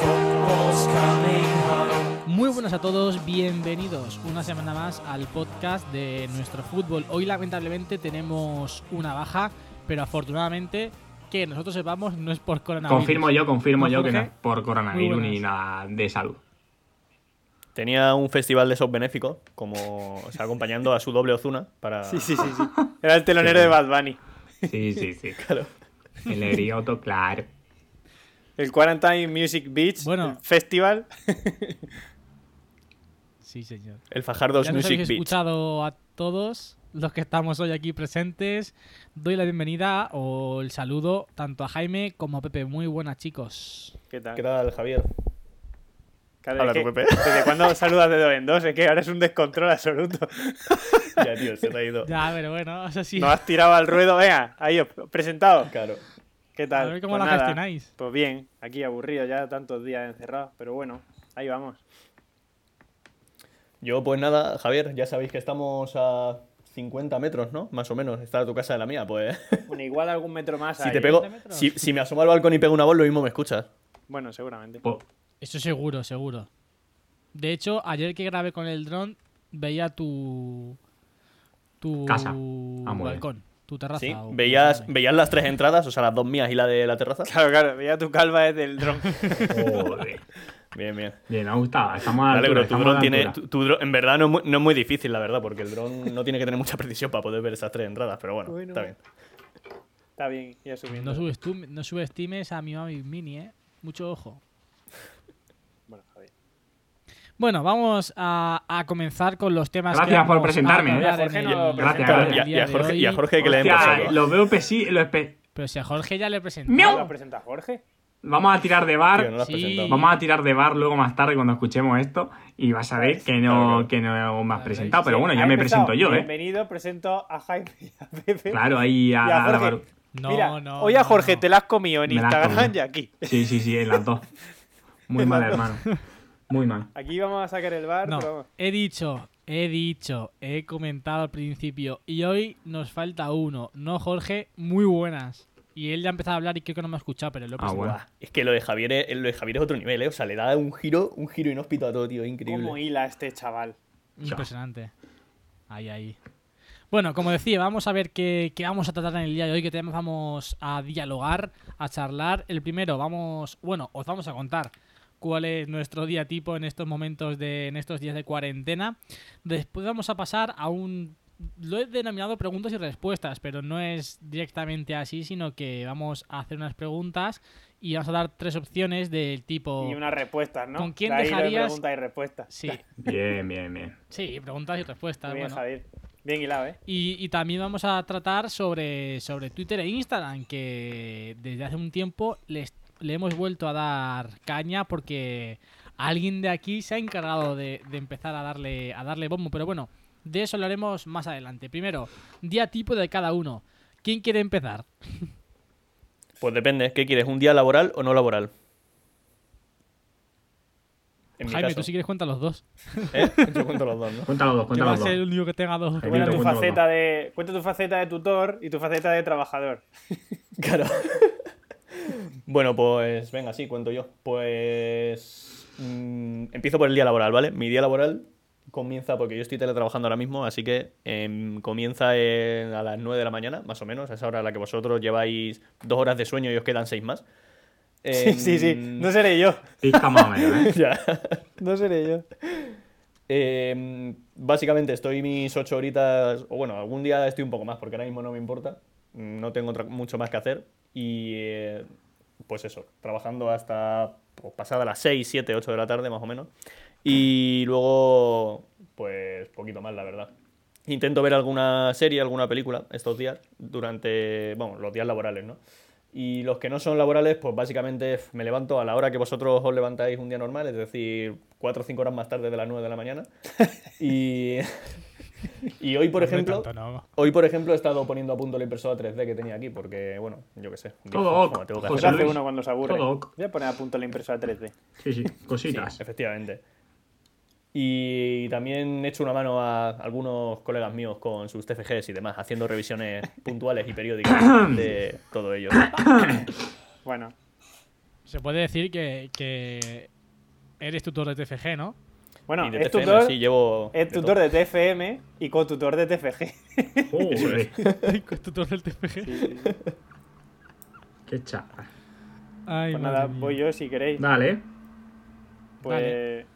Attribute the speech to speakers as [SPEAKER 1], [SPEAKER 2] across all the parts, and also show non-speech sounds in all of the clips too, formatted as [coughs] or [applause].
[SPEAKER 1] Football's coming home.
[SPEAKER 2] Muy buenas a todos, bienvenidos una semana más al podcast de nuestro fútbol. Hoy lamentablemente tenemos una baja, pero afortunadamente que nosotros sepamos no es por coronavirus.
[SPEAKER 3] Confirmo yo, confirmo
[SPEAKER 2] ¿No,
[SPEAKER 3] yo que no
[SPEAKER 2] Jorge?
[SPEAKER 3] es por coronavirus
[SPEAKER 2] Muy
[SPEAKER 3] ni
[SPEAKER 2] buenas.
[SPEAKER 3] nada de salud.
[SPEAKER 4] Tenía un festival de esos benéficos, como o sea, acompañando a su doble Ozuna para.
[SPEAKER 5] Sí, sí, sí, sí. Era el telonero de Bad Bunny.
[SPEAKER 3] Sí, sí, sí.
[SPEAKER 4] Claro.
[SPEAKER 3] El erioto, claro.
[SPEAKER 5] El Quarantine Music Beach
[SPEAKER 2] Bueno.
[SPEAKER 5] Festival.
[SPEAKER 2] Sí, señor.
[SPEAKER 4] El Fajardos
[SPEAKER 2] Ya nos
[SPEAKER 4] Music
[SPEAKER 2] habéis
[SPEAKER 4] Beach.
[SPEAKER 2] escuchado a todos los que estamos hoy aquí presentes. Doy la bienvenida o el saludo tanto a Jaime como a Pepe. Muy buenas, chicos.
[SPEAKER 5] ¿Qué tal?
[SPEAKER 4] ¿Qué tal, Javier? [laughs]
[SPEAKER 5] Claro,
[SPEAKER 4] Habla
[SPEAKER 5] es
[SPEAKER 4] tú,
[SPEAKER 5] que-
[SPEAKER 4] Pepe.
[SPEAKER 5] ¿Desde cuándo saludas de dos en dos? Es que ahora es un descontrol absoluto.
[SPEAKER 4] Ya, tío, se te ha ido.
[SPEAKER 2] Ya, pero bueno, o sea, sí.
[SPEAKER 5] Nos has tirado al ruedo. Venga, ahí os presentado.
[SPEAKER 4] Claro.
[SPEAKER 5] ¿Qué tal?
[SPEAKER 2] A ver cómo
[SPEAKER 5] Pues
[SPEAKER 2] la
[SPEAKER 5] nada.
[SPEAKER 2] gestionáis.
[SPEAKER 5] Pues bien, aquí aburrido ya tantos días encerrados. Pero bueno, ahí vamos.
[SPEAKER 4] Yo, pues nada, Javier, ya sabéis que estamos a 50 metros, ¿no? Más o menos. Está tu casa de la mía,
[SPEAKER 2] [laughs]
[SPEAKER 4] pues.
[SPEAKER 5] Bueno, igual algún metro más.
[SPEAKER 4] Si
[SPEAKER 5] ahí.
[SPEAKER 4] te pego.
[SPEAKER 2] 50 metros.
[SPEAKER 4] Si, si me asomo al balcón y pego una voz, lo mismo me escuchas.
[SPEAKER 5] Bueno, seguramente.
[SPEAKER 3] Po-
[SPEAKER 2] Eso seguro, seguro. De hecho, ayer que grabé con el dron, veía tu. tu.
[SPEAKER 3] Casa. Ah, muy
[SPEAKER 2] balcón, tu terraza.
[SPEAKER 4] Sí.
[SPEAKER 2] o-
[SPEAKER 4] Veías, veías las tres entradas, o sea, las dos mías y la de la terraza.
[SPEAKER 5] Claro, claro, veía tu calva desde el
[SPEAKER 2] [laughs]
[SPEAKER 5] dron.
[SPEAKER 3] Joder.
[SPEAKER 4] Bien, bien.
[SPEAKER 3] Bien, me ha gustado. Estamos a la
[SPEAKER 4] Me alegro,
[SPEAKER 3] altura,
[SPEAKER 4] tu
[SPEAKER 3] Ah, estamos a
[SPEAKER 4] dron
[SPEAKER 3] la
[SPEAKER 4] tiene.
[SPEAKER 3] altura.
[SPEAKER 4] tu- tu dron- en verdad no es, muy, no es muy difícil, la verdad, porque el dron no tiene que tener mucha precisión para poder ver esas tres entradas, pero bueno,
[SPEAKER 5] Bueno.
[SPEAKER 4] está bien.
[SPEAKER 5] Está bien, ya subiendo.
[SPEAKER 2] No, subestum- no subestimes a mi Mami Mini, eh. Mucho ojo.
[SPEAKER 5] Bueno, Javier.
[SPEAKER 2] Bueno, vamos a, a comenzar con los temas.
[SPEAKER 3] Gracias
[SPEAKER 2] que
[SPEAKER 3] por
[SPEAKER 2] vamos a
[SPEAKER 3] presentarme, eh.
[SPEAKER 2] tratar en
[SPEAKER 5] Jorge
[SPEAKER 2] el-
[SPEAKER 5] no lo
[SPEAKER 3] Gracias,
[SPEAKER 2] en
[SPEAKER 3] presenta.
[SPEAKER 2] el
[SPEAKER 4] Y a, y
[SPEAKER 2] día
[SPEAKER 4] a
[SPEAKER 2] de
[SPEAKER 4] Jorge,
[SPEAKER 2] hoy.
[SPEAKER 4] y a Jorge que le den por
[SPEAKER 3] Hostia,
[SPEAKER 4] saco.
[SPEAKER 3] lo veo pesi... lo espe-
[SPEAKER 2] Pero si a Jorge ya le presenté.
[SPEAKER 3] ¡Miau!
[SPEAKER 5] ¿La presenta Jorge?
[SPEAKER 3] Vamos a tirar de bar.
[SPEAKER 4] Tío, no lo has
[SPEAKER 2] Sí.
[SPEAKER 4] presentado.
[SPEAKER 3] Vamos a tirar de bar luego más tarde cuando escuchemos esto y vas a ver que no,
[SPEAKER 4] Claro, claro.
[SPEAKER 3] que no me has
[SPEAKER 2] Claro,
[SPEAKER 3] presentado. Pero
[SPEAKER 5] Sí,
[SPEAKER 3] bueno, ya
[SPEAKER 5] ha
[SPEAKER 3] me
[SPEAKER 5] empezado.
[SPEAKER 3] presento yo, ¿eh?
[SPEAKER 5] Bienvenido, presento a Jaime y a Pepe.
[SPEAKER 3] Claro, ahí a,
[SPEAKER 5] Y a
[SPEAKER 3] a la
[SPEAKER 5] Jorge.
[SPEAKER 3] bar-
[SPEAKER 2] No,
[SPEAKER 5] Mira,
[SPEAKER 2] no.
[SPEAKER 5] oye a
[SPEAKER 2] no,
[SPEAKER 5] Jorge,
[SPEAKER 2] no.
[SPEAKER 5] te la has comido
[SPEAKER 3] Me
[SPEAKER 5] en
[SPEAKER 3] la has
[SPEAKER 5] [laughs] Instagram
[SPEAKER 3] comido.
[SPEAKER 5] y aquí.
[SPEAKER 3] Sí, sí, sí, en las dos. Muy mal, hermano. Muy mal.
[SPEAKER 5] Aquí vamos a sacar el bar, pero
[SPEAKER 2] No,
[SPEAKER 5] vamos.
[SPEAKER 2] he dicho, he dicho, he comentado al principio. Y hoy nos falta uno. No, Jorge, muy buenas. Y él ya ha empezado a hablar y creo que no me ha escuchado, pero lo he
[SPEAKER 3] Ah,
[SPEAKER 2] presentado.
[SPEAKER 3] bueno.
[SPEAKER 4] Buah, Es que lo de Javier es, lo de Javier es otro nivel, ¿eh? O sea, le da un giro, un giro inhóspito a todo, tío, increíble.
[SPEAKER 5] ¿Cómo hila este chaval?
[SPEAKER 2] Impresionante. Ahí, ahí. Bueno, como decía, vamos a ver qué, qué vamos a tratar en el día de hoy, qué temas vamos a dialogar, a charlar. El primero, vamos, bueno, os vamos a contar cuál es nuestro día tipo en estos momentos de, en estos días de cuarentena. Después vamos a pasar a un, lo he denominado preguntas y respuestas, pero no es directamente así, sino que vamos a hacer unas preguntas y vamos a dar tres opciones del tipo.
[SPEAKER 5] Y unas respuestas, ¿no?
[SPEAKER 2] Oh. ¿Con quién
[SPEAKER 5] De ahí lo de
[SPEAKER 2] dejarías-
[SPEAKER 5] preguntas y respuestas.
[SPEAKER 2] Sí,
[SPEAKER 3] Bien, bien, bien.
[SPEAKER 2] sí, preguntas y respuestas.
[SPEAKER 5] Muy bien,
[SPEAKER 2] bueno.
[SPEAKER 5] Javier. Bien hilado, ¿eh?
[SPEAKER 2] Y, y también vamos a tratar sobre, sobre Twitter e Instagram, que desde hace un tiempo les, le hemos vuelto a dar caña porque alguien de aquí se ha encargado de, de empezar a darle, a darle bombo. Pero bueno, de eso lo haremos más adelante. Primero, día tipo de cada uno. ¿Quién quiere empezar?
[SPEAKER 4] Pues depende, ¿qué quieres? ¿Un día laboral o no laboral? En mi
[SPEAKER 2] Jaime,
[SPEAKER 4] caso.
[SPEAKER 2] tú si quieres cuenta los dos.
[SPEAKER 4] ¿Eh? Yo cuento los dos, ¿no?
[SPEAKER 3] Cuéntalo dos,
[SPEAKER 2] Que va
[SPEAKER 3] cuéntalo
[SPEAKER 2] a
[SPEAKER 3] dos.
[SPEAKER 2] ser el único que tenga dos.
[SPEAKER 3] Jaime, Cuéntalo,
[SPEAKER 5] Cuenta tu,
[SPEAKER 3] cuéntalo.
[SPEAKER 5] faceta de... cuenta tu faceta de tutor y tu faceta de trabajador. [laughs]
[SPEAKER 4] Claro. [laughs] bueno, pues venga, sí, cuento yo. Pues mm, empiezo por el día laboral, ¿vale? Mi día laboral comienza, porque yo estoy teletrabajando ahora mismo, así que em, comienza en- a las 9 de la mañana, más o menos, a esa hora a la que vosotros lleváis dos horas de sueño y os quedan seis más.
[SPEAKER 5] Sí, sí, sí.
[SPEAKER 4] Em,
[SPEAKER 5] No seré yo.
[SPEAKER 3] Pizca más o
[SPEAKER 5] [laughs]
[SPEAKER 3] menos, ¿eh?
[SPEAKER 4] [laughs] ya.
[SPEAKER 5] No seré yo.
[SPEAKER 4] Em, básicamente estoy mis ocho horitas, o bueno, algún día estoy un poco más, porque ahora mismo no me importa, mm, no tengo otra- mucho más que hacer, y eh, pues eso, trabajando hasta pues, pasada las 6, 7, 8 de la tarde más o menos, y luego, pues poquito más, la verdad. Intento ver alguna serie, alguna película estos días, durante, bueno, los días laborales, ¿no? Y los que no son laborales, pues básicamente f- me levanto a la hora que vosotros os levantáis un día normal, es decir, 4 o 5 horas más tarde de las 9 de la mañana. Y, y hoy, por
[SPEAKER 2] Hombre,
[SPEAKER 4] ejemplo,
[SPEAKER 2] tanto no.
[SPEAKER 4] hoy, por ejemplo, he estado poniendo a punto la impresora 3D que tenía aquí, porque, bueno, yo qué sé.
[SPEAKER 3] Todo
[SPEAKER 4] Digo,
[SPEAKER 3] ok,
[SPEAKER 4] "Joder, tengo que
[SPEAKER 3] José
[SPEAKER 5] Lo
[SPEAKER 4] hacer
[SPEAKER 5] hace
[SPEAKER 3] Luis,
[SPEAKER 5] uno cuando se aburre.
[SPEAKER 3] todo ok.
[SPEAKER 5] Voy a poner a punto la impresora 3D.
[SPEAKER 3] Sí, sí,
[SPEAKER 4] Sí,
[SPEAKER 3] cositas.
[SPEAKER 4] efectivamente. Y también he hecho una mano a algunos colegas míos con sus TFGs y demás, haciendo
[SPEAKER 5] [laughs]
[SPEAKER 4] revisiones puntuales y
[SPEAKER 5] [coughs]
[SPEAKER 4] periódicas de todo ello.
[SPEAKER 5] Bueno,
[SPEAKER 2] Se puede decir que, que eres tutor de TFG, ¿no? [laughs]
[SPEAKER 5] bueno
[SPEAKER 4] y de
[SPEAKER 5] es
[SPEAKER 4] TFM,
[SPEAKER 5] tutor,
[SPEAKER 4] sí, llevo.
[SPEAKER 5] es tutor de TFM y cotutor de TFG.
[SPEAKER 3] Joder,
[SPEAKER 2] tutor del TFG.
[SPEAKER 3] qué chapa.
[SPEAKER 2] Ay,
[SPEAKER 5] Pues
[SPEAKER 2] madre
[SPEAKER 5] nada,
[SPEAKER 2] mía.
[SPEAKER 5] voy yo si queréis.
[SPEAKER 3] Dale.
[SPEAKER 5] Pues
[SPEAKER 2] Dale.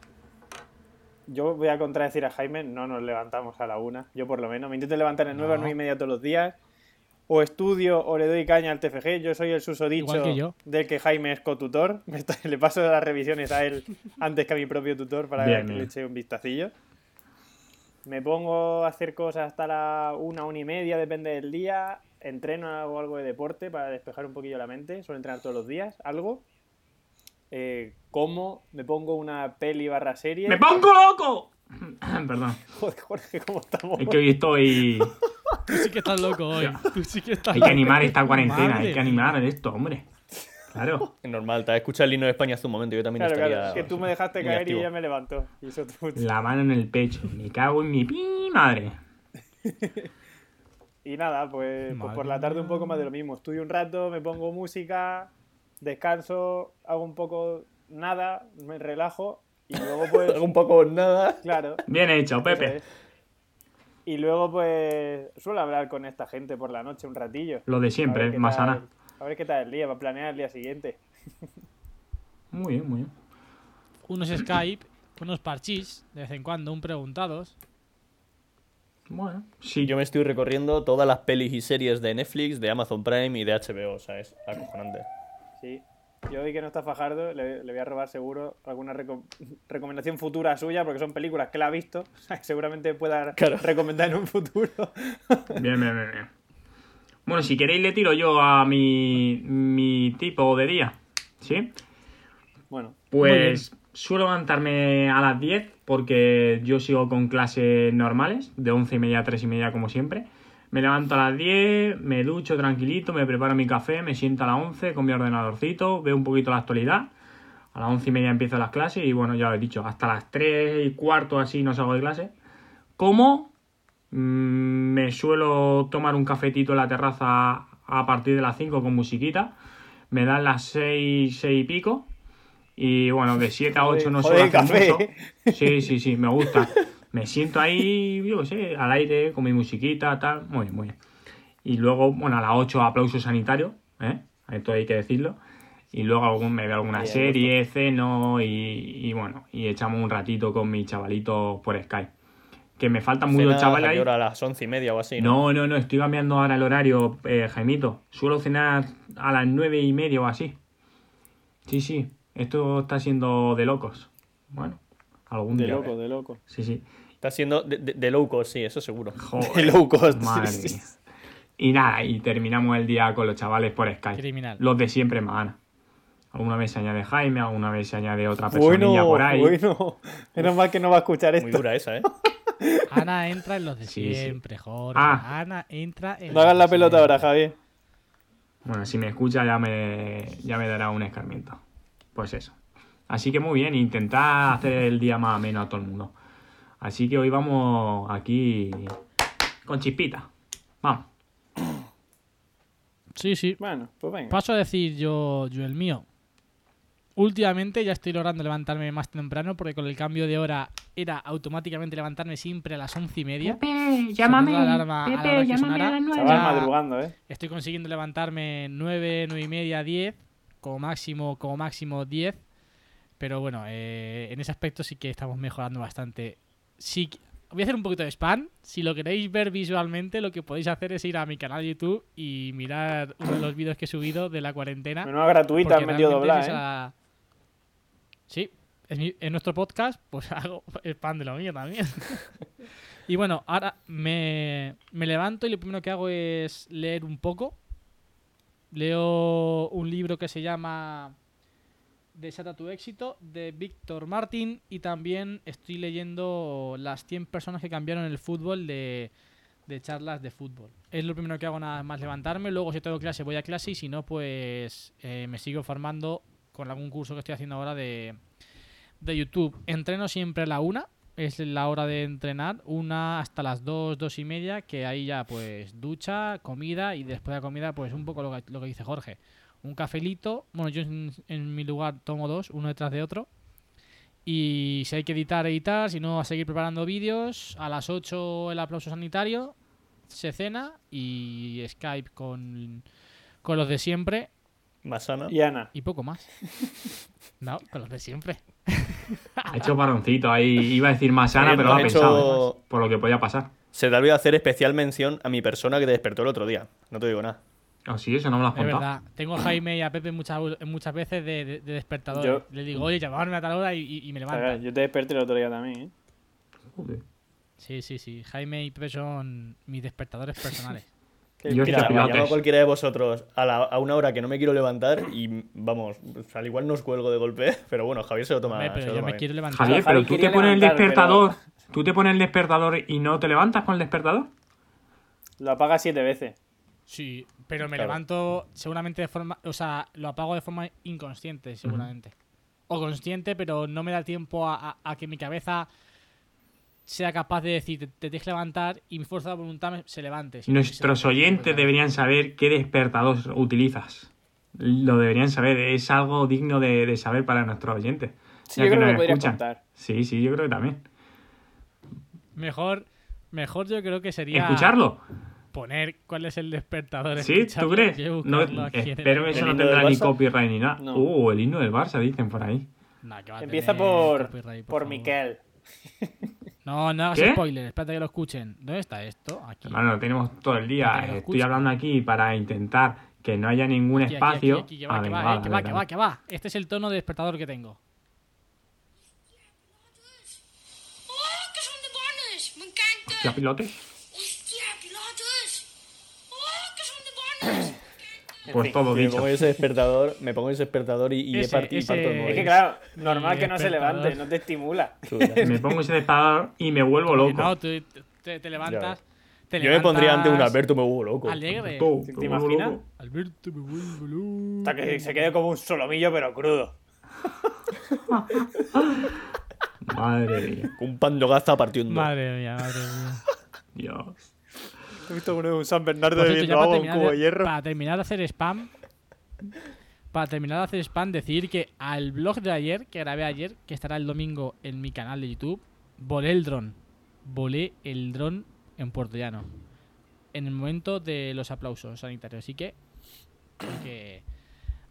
[SPEAKER 5] yo voy a contradecir a Jaime, no nos levantamos a la una, yo por lo menos. Me intento levantar en nueve,
[SPEAKER 2] No.
[SPEAKER 5] nueve y media todos los días. O estudio o le doy caña al TFG. Yo soy el susodicho
[SPEAKER 2] Igual que yo.
[SPEAKER 5] del que Jaime es cotutor. [laughs] Me está- le paso las revisiones a él antes que a mi propio tutor para
[SPEAKER 3] Bien,
[SPEAKER 5] que
[SPEAKER 3] bien.
[SPEAKER 5] le eche un vistacillo. Me pongo a hacer cosas hasta la una, una y media, depende del día. Entreno, hago algo de deporte para despejar un poquillo la mente. Suelo entrenar todos los días, algo. Eh, como me pongo una peli barra serie.
[SPEAKER 3] ¡Me pongo loco! [clears throat] Perdón,
[SPEAKER 5] Joder, Jorge, ¿cómo estamos?
[SPEAKER 3] es que hoy estoy.
[SPEAKER 2] Tú sí que estás loco hoy. Tú sí que estás
[SPEAKER 3] Hay que
[SPEAKER 2] loco.
[SPEAKER 3] animar esta cuarentena,
[SPEAKER 2] Madre
[SPEAKER 3] hay que
[SPEAKER 2] mía.
[SPEAKER 3] animar a esto, hombre. Claro.
[SPEAKER 4] Normal, te has escuchado el himno de España hace un momento, yo también
[SPEAKER 5] Claro,
[SPEAKER 4] estaría.
[SPEAKER 5] claro, es que tú me dejaste
[SPEAKER 4] muy
[SPEAKER 5] caer
[SPEAKER 4] activo.
[SPEAKER 5] y ya me levanto. Y eso tú-
[SPEAKER 3] La mano en el pecho. Me cago en mi pi madre.
[SPEAKER 5] Y nada, pues, pues
[SPEAKER 2] Madre
[SPEAKER 5] por la tarde un
[SPEAKER 2] mía.
[SPEAKER 5] poco más de lo mismo. Estudio un rato, me pongo música, descanso, hago un poco nada, me relajo y luego
[SPEAKER 4] [laughs]
[SPEAKER 5] pues...
[SPEAKER 4] [laughs] Hago un poco nada.
[SPEAKER 5] claro.
[SPEAKER 3] Bien hecho,
[SPEAKER 5] eso
[SPEAKER 3] Pepe.
[SPEAKER 5] es. Y luego pues suelo hablar con esta gente por la noche un ratillo.
[SPEAKER 3] Lo de
[SPEAKER 5] A
[SPEAKER 3] siempre,
[SPEAKER 5] ver qué
[SPEAKER 3] Masana.
[SPEAKER 5] tal- A ver qué tal el día, para planear el día siguiente.
[SPEAKER 3] Muy bien, muy bien.
[SPEAKER 2] Unos Skype, unos parchís, de vez en cuando, un preguntados.
[SPEAKER 3] Bueno,
[SPEAKER 4] Y
[SPEAKER 3] sí,
[SPEAKER 4] yo me estoy recorriendo todas las pelis y series de Netflix, de Amazon Prime y de HBO, o sea, es acojonante.
[SPEAKER 5] Sí. Yo hoy que no está Fajardo, le, le voy a robar seguro alguna reco- [laughs] recomendación futura suya, porque son películas que la ha visto. [laughs] O sea, que seguramente pueda
[SPEAKER 4] Claro.
[SPEAKER 5] recomendar en un futuro. [laughs]
[SPEAKER 3] Bien, bien, bien, bien. Bueno, si queréis le tiro yo a mi, mi tipo de día. ¿Sí?
[SPEAKER 5] Bueno,
[SPEAKER 3] Pues suelo levantarme a las 10 porque yo sigo con clases normales, de 11 y media a 3 y media como siempre. Me levanto a las 10, me ducho tranquilito, me preparo mi café, me siento a las 11 con mi ordenadorcito, veo un poquito la actualidad. A las 11 y media empiezo las clases y bueno, ya lo he dicho, hasta las 3 y cuarto así no salgo de clase. Como mm, me suelo tomar un cafetito en la terraza a partir de las 5 con musiquita. Me dan las 6, 6 y pico. Y bueno, de 7 a 8 no suelo
[SPEAKER 5] joder,
[SPEAKER 3] hacer
[SPEAKER 5] café.
[SPEAKER 4] ¿eh?
[SPEAKER 3] mucho. Sí, sí, sí, me gusta. Me siento ahí, yo qué sé, al aire, con mi musiquita, tal. Muy bien, muy bien. Y luego, bueno, a las 8 aplauso sanitario, ¿eh? Esto hay que decirlo. Y luego algún, me veo alguna
[SPEAKER 4] Bien,
[SPEAKER 3] serie, ceno y, y bueno, y echamos un ratito con mis chavalitos por Skype. Que me faltan muchos
[SPEAKER 4] Cena, ¿a
[SPEAKER 3] chavales
[SPEAKER 4] qué
[SPEAKER 3] ahí.
[SPEAKER 4] hora? a las once y media o así.
[SPEAKER 3] No, no, no, estoy cambiando ahora el horario, eh, Jaimito. Suelo cenar a las nueve y media o así. Sí, sí, esto está siendo de locos. Bueno, algún
[SPEAKER 5] de
[SPEAKER 3] día.
[SPEAKER 5] loco, de loco.
[SPEAKER 3] Sí, sí.
[SPEAKER 4] Está siendo de, de- de low cost, sí, eso seguro.
[SPEAKER 3] Joder,
[SPEAKER 4] [laughs] de low cost. sí,
[SPEAKER 3] Madre
[SPEAKER 4] sí,
[SPEAKER 3] mía. Y nada, y terminamos el día con los chavales por Skype.
[SPEAKER 2] Criminal.
[SPEAKER 3] Los de siempre más Ana. Alguna vez se añade Jaime, alguna vez se añade otra personilla por ahí.
[SPEAKER 5] bueno. [laughs] Menos mal que no va a escuchar
[SPEAKER 4] Muy
[SPEAKER 5] esto.
[SPEAKER 4] dura esa, [laughs] ¿eh?
[SPEAKER 2] Ana entra en los de
[SPEAKER 3] Sí, sí.
[SPEAKER 2] siempre, Jorge.
[SPEAKER 3] Ah.
[SPEAKER 2] Ana entra en
[SPEAKER 5] No hagas la
[SPEAKER 2] los de
[SPEAKER 5] pelota
[SPEAKER 2] siempre.
[SPEAKER 5] ahora, Javier.
[SPEAKER 3] Bueno, si me escucha ya me, ya me dará un escarmiento. Pues eso. Así que muy bien, intentad hacer el día más ameno a todo el mundo. Así que hoy vamos aquí con chispita. Vamos.
[SPEAKER 2] Sí, sí.
[SPEAKER 5] Bueno, pues venga.
[SPEAKER 2] Paso a decir yo, yo el mío. Últimamente ya estoy logrando levantarme más temprano porque con el cambio de hora era automáticamente levantarme siempre a las once y media.
[SPEAKER 6] Pepe,
[SPEAKER 2] llámame.
[SPEAKER 6] llámame.
[SPEAKER 2] Pepe,
[SPEAKER 6] Pepe,
[SPEAKER 2] llámame
[SPEAKER 6] llámame
[SPEAKER 2] a las
[SPEAKER 6] a
[SPEAKER 5] Se
[SPEAKER 6] las
[SPEAKER 2] nueve.
[SPEAKER 6] nueve.
[SPEAKER 5] va
[SPEAKER 2] Ya.
[SPEAKER 5] madrugando, ¿eh?
[SPEAKER 2] Estoy consiguiendo levantarme 9, 9 y media, 10, como máximo, como máximo 10. Pero bueno, eh, en ese aspecto sí que estamos mejorando bastante. Si, voy a hacer un poquito de spam. Si lo queréis ver visualmente, lo que podéis hacer es ir a mi canal de YouTube y mirar uno de los vídeos que he subido de la cuarentena.
[SPEAKER 5] Menuda gratuita han
[SPEAKER 2] Porque
[SPEAKER 5] metido
[SPEAKER 2] realmente
[SPEAKER 5] doblar,
[SPEAKER 2] es
[SPEAKER 5] ¿eh?
[SPEAKER 2] esa- Sí, es mi- en nuestro podcast, pues [laughs] hago spam de lo mío también. [laughs] y bueno, ahora me, me levanto y lo primero que hago es leer un poco. Leo un libro que se llama Desata tu éxito de Víctor Martín y también estoy leyendo Las 100 personas que cambiaron el fútbol de, de charlas de fútbol. Es lo primero que hago nada más levantarme, luego si tengo clase voy a clase y si no pues eh, me sigo formando con algún curso que estoy haciendo ahora de, de YouTube. Entreno siempre a la una, es la hora de entrenar, una hasta las dos, dos y media, que ahí ya pues ducha, comida y después de la comida pues un poco lo que, lo que dice Jorge. Un cafelito, bueno yo en, en mi lugar tomo dos, uno detrás de otro. Y si hay que editar, editar, si no a seguir preparando vídeos, a las 8 el aplauso sanitario, se cena y Skype con, con los de siempre
[SPEAKER 4] Más sana.
[SPEAKER 5] Y Ana.
[SPEAKER 2] y
[SPEAKER 3] [laughs]
[SPEAKER 2] poco más. No, con los de siempre.
[SPEAKER 3] Ha hecho paroncito ahí. Iba a decir más sana,
[SPEAKER 4] Oye,
[SPEAKER 3] pero
[SPEAKER 4] no
[SPEAKER 3] lo ha
[SPEAKER 4] he hecho-
[SPEAKER 3] pensado. ¿eh? Por lo que podía pasar.
[SPEAKER 4] Se te olvidó hacer especial mención a mi persona que te despertó el otro día. No te digo nada.
[SPEAKER 3] Ah, sí, eso no me lo has
[SPEAKER 2] Es
[SPEAKER 3] contado.
[SPEAKER 2] verdad, tengo a Jaime y a Pepe muchas, muchas veces de, de- de despertador.
[SPEAKER 5] Yo-
[SPEAKER 2] Le digo, oye, llamadme a tal hora y, y- y me
[SPEAKER 5] Claro,
[SPEAKER 2] levantan.
[SPEAKER 5] Yo te desperté el otro día también, ¿eh?
[SPEAKER 3] Joder.
[SPEAKER 2] Sí, sí, sí. Jaime y Pepe son mis despertadores
[SPEAKER 3] [laughs]
[SPEAKER 2] personales.
[SPEAKER 5] Que-
[SPEAKER 3] Yo
[SPEAKER 5] que-
[SPEAKER 3] estoy
[SPEAKER 4] Mira,
[SPEAKER 3] a
[SPEAKER 4] me llamo a
[SPEAKER 3] pilates.
[SPEAKER 4] cualquiera de vosotros a, la- a una hora que no me quiero levantar y vamos, al igual no os cuelgo de golpe, [laughs] pero bueno, Javier se lo toma.
[SPEAKER 2] Hombre,
[SPEAKER 4] se
[SPEAKER 2] pero
[SPEAKER 4] lo
[SPEAKER 2] yo
[SPEAKER 4] toma
[SPEAKER 2] me
[SPEAKER 4] bien.
[SPEAKER 2] quiero levantar.
[SPEAKER 3] Javier, pero
[SPEAKER 5] Javi
[SPEAKER 3] tú te
[SPEAKER 5] quería
[SPEAKER 3] pones el
[SPEAKER 5] levantar,
[SPEAKER 3] despertador. ¿Tú te pones el despertador y no te levantas con el despertador?
[SPEAKER 5] Lo apaga siete veces.
[SPEAKER 2] Sí, pero me
[SPEAKER 4] Claro.
[SPEAKER 2] levanto seguramente de forma. O sea, lo apago de forma inconsciente, seguramente. O consciente, pero no me da tiempo a, a- a que mi cabeza sea capaz de decir, te, te tienes que levantar y mi fuerza de voluntad me- se levante. sino que se
[SPEAKER 3] Nuestros
[SPEAKER 2] levante
[SPEAKER 3] oyentes
[SPEAKER 2] completamente.
[SPEAKER 3] deberían saber qué despertador utilizas. Lo deberían saber, es algo digno de, de saber para nuestros oyentes.
[SPEAKER 5] Sí,
[SPEAKER 3] ya
[SPEAKER 5] yo creo que
[SPEAKER 3] nos
[SPEAKER 5] lo podrías
[SPEAKER 3] escuchan.
[SPEAKER 5] contar.
[SPEAKER 3] Sí, sí, yo creo que también.
[SPEAKER 2] Mejor, mejor yo creo que sería.
[SPEAKER 3] ¿Escucharlo?
[SPEAKER 2] Poner cuál es el despertador.
[SPEAKER 3] ¿Sí? ¿Tú
[SPEAKER 2] escucharlo,
[SPEAKER 3] crees?
[SPEAKER 2] que
[SPEAKER 3] No,
[SPEAKER 2] buscarlo aquí en el-
[SPEAKER 3] espero que eso
[SPEAKER 4] ¿El
[SPEAKER 3] no
[SPEAKER 4] himno del
[SPEAKER 3] tendrá ni
[SPEAKER 4] Barça?
[SPEAKER 3] copyright ni nada.
[SPEAKER 5] No.
[SPEAKER 3] Uh, el himno del Barça, dicen por ahí.
[SPEAKER 2] Nah, que va a
[SPEAKER 5] Empieza
[SPEAKER 2] tener este
[SPEAKER 5] por,
[SPEAKER 2] copyright,
[SPEAKER 5] por
[SPEAKER 2] favor.
[SPEAKER 5] Miquel.
[SPEAKER 2] No, no hagas
[SPEAKER 3] ¿Qué?
[SPEAKER 2] spoiler, espérate que lo escuchen. ¿Dónde está esto? Aquí.
[SPEAKER 3] Hermano, lo tenemos todo el
[SPEAKER 2] Para
[SPEAKER 3] día.
[SPEAKER 2] que lo
[SPEAKER 3] Estoy
[SPEAKER 2] escuchen.
[SPEAKER 3] hablando aquí para intentar que no haya ningún
[SPEAKER 2] Aquí, aquí,
[SPEAKER 3] espacio.
[SPEAKER 2] aquí, aquí, que va,
[SPEAKER 3] Ah,
[SPEAKER 2] que
[SPEAKER 3] venga,
[SPEAKER 2] va, eh,
[SPEAKER 3] vale,
[SPEAKER 2] que va,
[SPEAKER 3] vale,
[SPEAKER 2] que va,
[SPEAKER 3] vale.
[SPEAKER 2] que va. Este es el tono de despertador que tengo.
[SPEAKER 6] ¡Oh, que son de bones! ¡Me encanta!
[SPEAKER 3] Hostia, pilotes.
[SPEAKER 6] ¡Hostia, pilotos! ¡Oh, que son de bones!
[SPEAKER 3] Pues
[SPEAKER 5] fin,
[SPEAKER 3] todo
[SPEAKER 4] Me
[SPEAKER 3] dicho.
[SPEAKER 4] pongo ese despertador, me pongo ese despertador y, y he
[SPEAKER 2] Ese,
[SPEAKER 4] parti- y
[SPEAKER 2] ese-
[SPEAKER 4] parto el móvil.
[SPEAKER 5] Es que claro, normal
[SPEAKER 2] Mi
[SPEAKER 5] que no se
[SPEAKER 2] despertador.
[SPEAKER 5] levante, no te estimula.
[SPEAKER 4] Chuta.
[SPEAKER 3] Me pongo ese despertador y me
[SPEAKER 2] [laughs]
[SPEAKER 3] vuelvo loco.
[SPEAKER 2] No, tú te- te, te levantas. Te
[SPEAKER 4] Yo me pondría ante un
[SPEAKER 2] levantas
[SPEAKER 4] Alberto, me hubo loco.
[SPEAKER 2] Alegre.
[SPEAKER 3] Tú,
[SPEAKER 5] ¿Te
[SPEAKER 3] tú,
[SPEAKER 5] imaginas?
[SPEAKER 3] loco.
[SPEAKER 2] Alberto, me vuelvo loco.
[SPEAKER 5] Hasta que se quede como un solomillo, pero crudo.
[SPEAKER 3] Madre mía.
[SPEAKER 4] Un pandogaza partiendo.
[SPEAKER 2] Madre mía, madre mía.
[SPEAKER 3] Dios.
[SPEAKER 5] He visto uno de un San Bernardo
[SPEAKER 2] Por cierto, Pues ya para,
[SPEAKER 5] un cubo
[SPEAKER 2] terminar
[SPEAKER 5] de
[SPEAKER 2] de,
[SPEAKER 5] hierro.
[SPEAKER 2] para terminar de hacer spam, para terminar de hacer spam, decir que al blog de ayer, que grabé ayer, que estará el domingo en mi canal de YouTube, volé el dron. Volé el dron en puertollano. En el momento de los aplausos sanitarios. Así que, creo que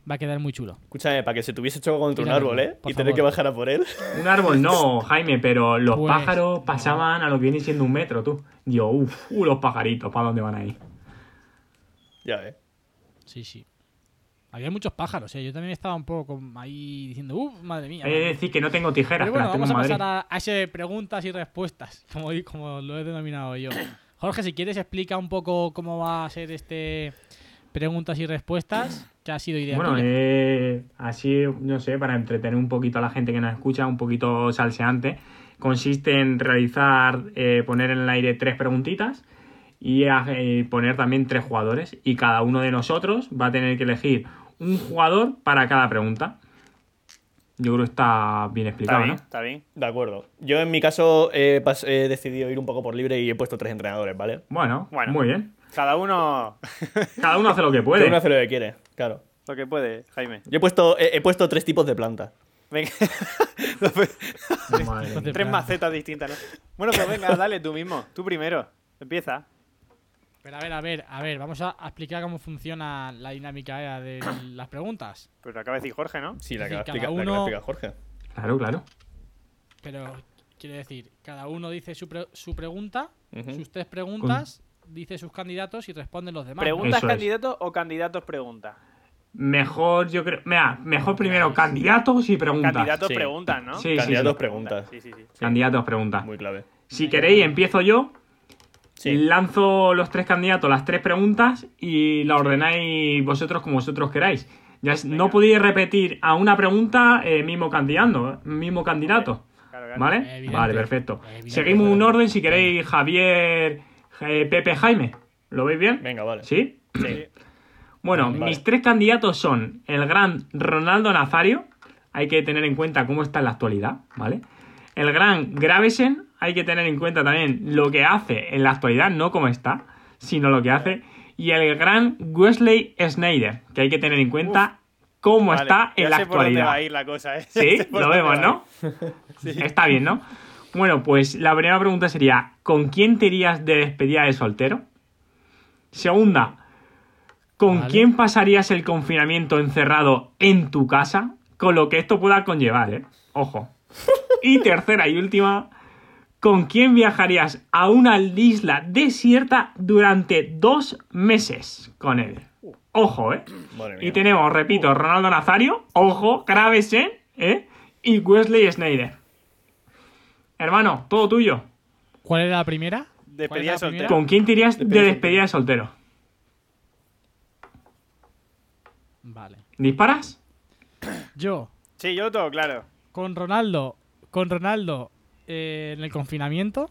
[SPEAKER 2] va a quedar muy chulo.
[SPEAKER 4] Escúchame, para que se tuviese chocado contra un
[SPEAKER 2] Quítame,
[SPEAKER 4] árbol, ¿eh?
[SPEAKER 2] por
[SPEAKER 4] Y tener que
[SPEAKER 2] favor.
[SPEAKER 4] bajar a por él. [laughs]
[SPEAKER 3] Un árbol no, Jaime, pero los
[SPEAKER 2] Pues,
[SPEAKER 3] pájaros
[SPEAKER 2] no.
[SPEAKER 3] pasaban a lo que viene siendo un metro, tú. Digo, uff, uh, los pajaritos, ¿para dónde van ahí?
[SPEAKER 4] ya ves.
[SPEAKER 2] Sí, sí. Había muchos pájaros, ¿eh? Yo también estaba un poco como ahí diciendo, uff, madre mía.
[SPEAKER 3] He de decir que no tengo tijeras,
[SPEAKER 2] Pero
[SPEAKER 3] que
[SPEAKER 2] bueno,
[SPEAKER 3] las tengo
[SPEAKER 2] vamos
[SPEAKER 3] en
[SPEAKER 2] a
[SPEAKER 3] Madrid.
[SPEAKER 2] pasar a, a ese de preguntas y respuestas, [laughs] como, di- como lo he
[SPEAKER 3] [coughs]
[SPEAKER 2] denominado yo. Jorge, si quieres, explica un poco cómo va a ser este preguntas y respuestas, que ha sido idea
[SPEAKER 3] Bueno,
[SPEAKER 2] tuya.
[SPEAKER 3] eh, así, no sé, para entretener un poquito a la gente que nos escucha, un poquito salseante, consiste en realizar, eh, poner en el aire tres preguntitas y a- eh, poner también tres jugadores. Y cada uno de nosotros va a tener que elegir un jugador para cada pregunta. Yo creo que está bien
[SPEAKER 5] Está
[SPEAKER 3] explicado,
[SPEAKER 5] bien,
[SPEAKER 3] ¿no?
[SPEAKER 5] está bien.
[SPEAKER 4] De acuerdo. Yo en mi caso he, pas- he decidido ir un poco por libre y he puesto tres entrenadores, ¿vale?
[SPEAKER 3] Bueno,
[SPEAKER 5] Bueno.
[SPEAKER 3] muy bien.
[SPEAKER 5] Cada uno
[SPEAKER 3] Cada uno hace lo que
[SPEAKER 5] [laughs]
[SPEAKER 4] Cada
[SPEAKER 3] puede.
[SPEAKER 4] uno hace lo que quiere, claro.
[SPEAKER 5] lo que puede, Jaime.
[SPEAKER 4] Yo he puesto, he, he puesto tres tipos de plantas.
[SPEAKER 5] Venga. [laughs] Lo pe-
[SPEAKER 3] Madre
[SPEAKER 2] Hijos de
[SPEAKER 3] mía.
[SPEAKER 5] Tres
[SPEAKER 2] plan.
[SPEAKER 5] macetas distintas, ¿no? Bueno, pues venga, dale tú mismo. Tú primero. Empieza.
[SPEAKER 2] Pero a ver, a ver, a ver, vamos a a explicar cómo funciona la dinámica eh,
[SPEAKER 3] [coughs]
[SPEAKER 2] de las preguntas.
[SPEAKER 5] Pero Pues lo acaba de decir Jorge, ¿no?
[SPEAKER 4] Sí,
[SPEAKER 2] Es
[SPEAKER 4] la que
[SPEAKER 2] decir,
[SPEAKER 4] la
[SPEAKER 2] cada
[SPEAKER 4] explica, la que la
[SPEAKER 2] uno-
[SPEAKER 4] explica Jorge.
[SPEAKER 3] Claro, claro.
[SPEAKER 2] Pero quiero decir, cada uno dice su, pre- su pregunta,
[SPEAKER 4] Ujú.
[SPEAKER 2] sus tres preguntas, dice sus candidatos y responden los demás. ¿no?
[SPEAKER 5] ¿Preguntas
[SPEAKER 3] Eso es.
[SPEAKER 5] candidatos o candidatos preguntas?
[SPEAKER 3] Mejor, yo creo. Mira, mejor primero candidatos y preguntas.
[SPEAKER 5] Candidatos
[SPEAKER 4] Sí.
[SPEAKER 5] preguntas, ¿no?
[SPEAKER 3] Sí, sí,
[SPEAKER 4] Candidatos
[SPEAKER 3] sí.
[SPEAKER 4] preguntas.
[SPEAKER 5] Sí, sí, sí.
[SPEAKER 3] Candidatos preguntas.
[SPEAKER 4] Muy clave.
[SPEAKER 3] Si queréis, empiezo yo.
[SPEAKER 4] Sí.
[SPEAKER 3] Lanzo los tres candidatos, las tres preguntas y la ordenáis vosotros como vosotros queráis. Ya es- no podéis repetir a una pregunta eh, mismo candidato, mismo candidato.
[SPEAKER 5] Claro, claro.
[SPEAKER 3] ¿Vale?
[SPEAKER 2] Evidente.
[SPEAKER 3] Vale, perfecto.
[SPEAKER 2] Evidente.
[SPEAKER 3] Seguimos un orden si queréis Javier, eh, Pepe, Jaime. ¿Lo veis bien?
[SPEAKER 4] Venga, vale.
[SPEAKER 3] ¿Sí?
[SPEAKER 4] Sí.
[SPEAKER 3] Bueno,
[SPEAKER 4] Vale.
[SPEAKER 3] mis tres candidatos son el gran Ronaldo Nazario, hay que tener en cuenta cómo está en la actualidad, ¿vale? El gran Gravesen, hay que tener en cuenta también lo que hace en la actualidad, no cómo está, sino lo que hace. Y el gran Wesley Snyder, que hay que tener en cuenta cómo
[SPEAKER 5] Vale,
[SPEAKER 3] está
[SPEAKER 5] ya
[SPEAKER 3] en la
[SPEAKER 5] sé por dónde
[SPEAKER 3] actualidad.
[SPEAKER 5] va a ir la cosa, ¿eh? [laughs]
[SPEAKER 3] Sí,
[SPEAKER 5] Ya sé por
[SPEAKER 3] lo
[SPEAKER 5] dónde va
[SPEAKER 3] vemos,
[SPEAKER 5] a
[SPEAKER 3] ¿no? Está bien, ¿no? Bueno, pues la primera pregunta sería, ¿con quién te irías de despedida de soltero? Segunda, ¿con
[SPEAKER 2] Vale.
[SPEAKER 3] quién pasarías el confinamiento encerrado en tu casa? Con lo que esto pueda conllevar, ¿eh? Ojo. Y tercera y última, ¿con quién viajarías a una isla desierta durante dos meses con él? Ojo, ¿eh?
[SPEAKER 4] Madre mía.
[SPEAKER 3] Y tenemos, repito, Ronaldo Nazario, ojo, Gravesen, ¿eh? Y Wesley Snyder. Hermano, todo tuyo.
[SPEAKER 2] ¿Cuál era la primera? ¿Cuál
[SPEAKER 5] Despedida
[SPEAKER 2] era la
[SPEAKER 5] soltera.
[SPEAKER 2] primera?
[SPEAKER 3] ¿Con quién te irías de despedida de soltero?
[SPEAKER 2] Vale.
[SPEAKER 3] ¿Disparas?
[SPEAKER 2] Yo,
[SPEAKER 5] Sí, yo lo tengo claro.
[SPEAKER 2] con Ronaldo, con Ronaldo eh, en el confinamiento.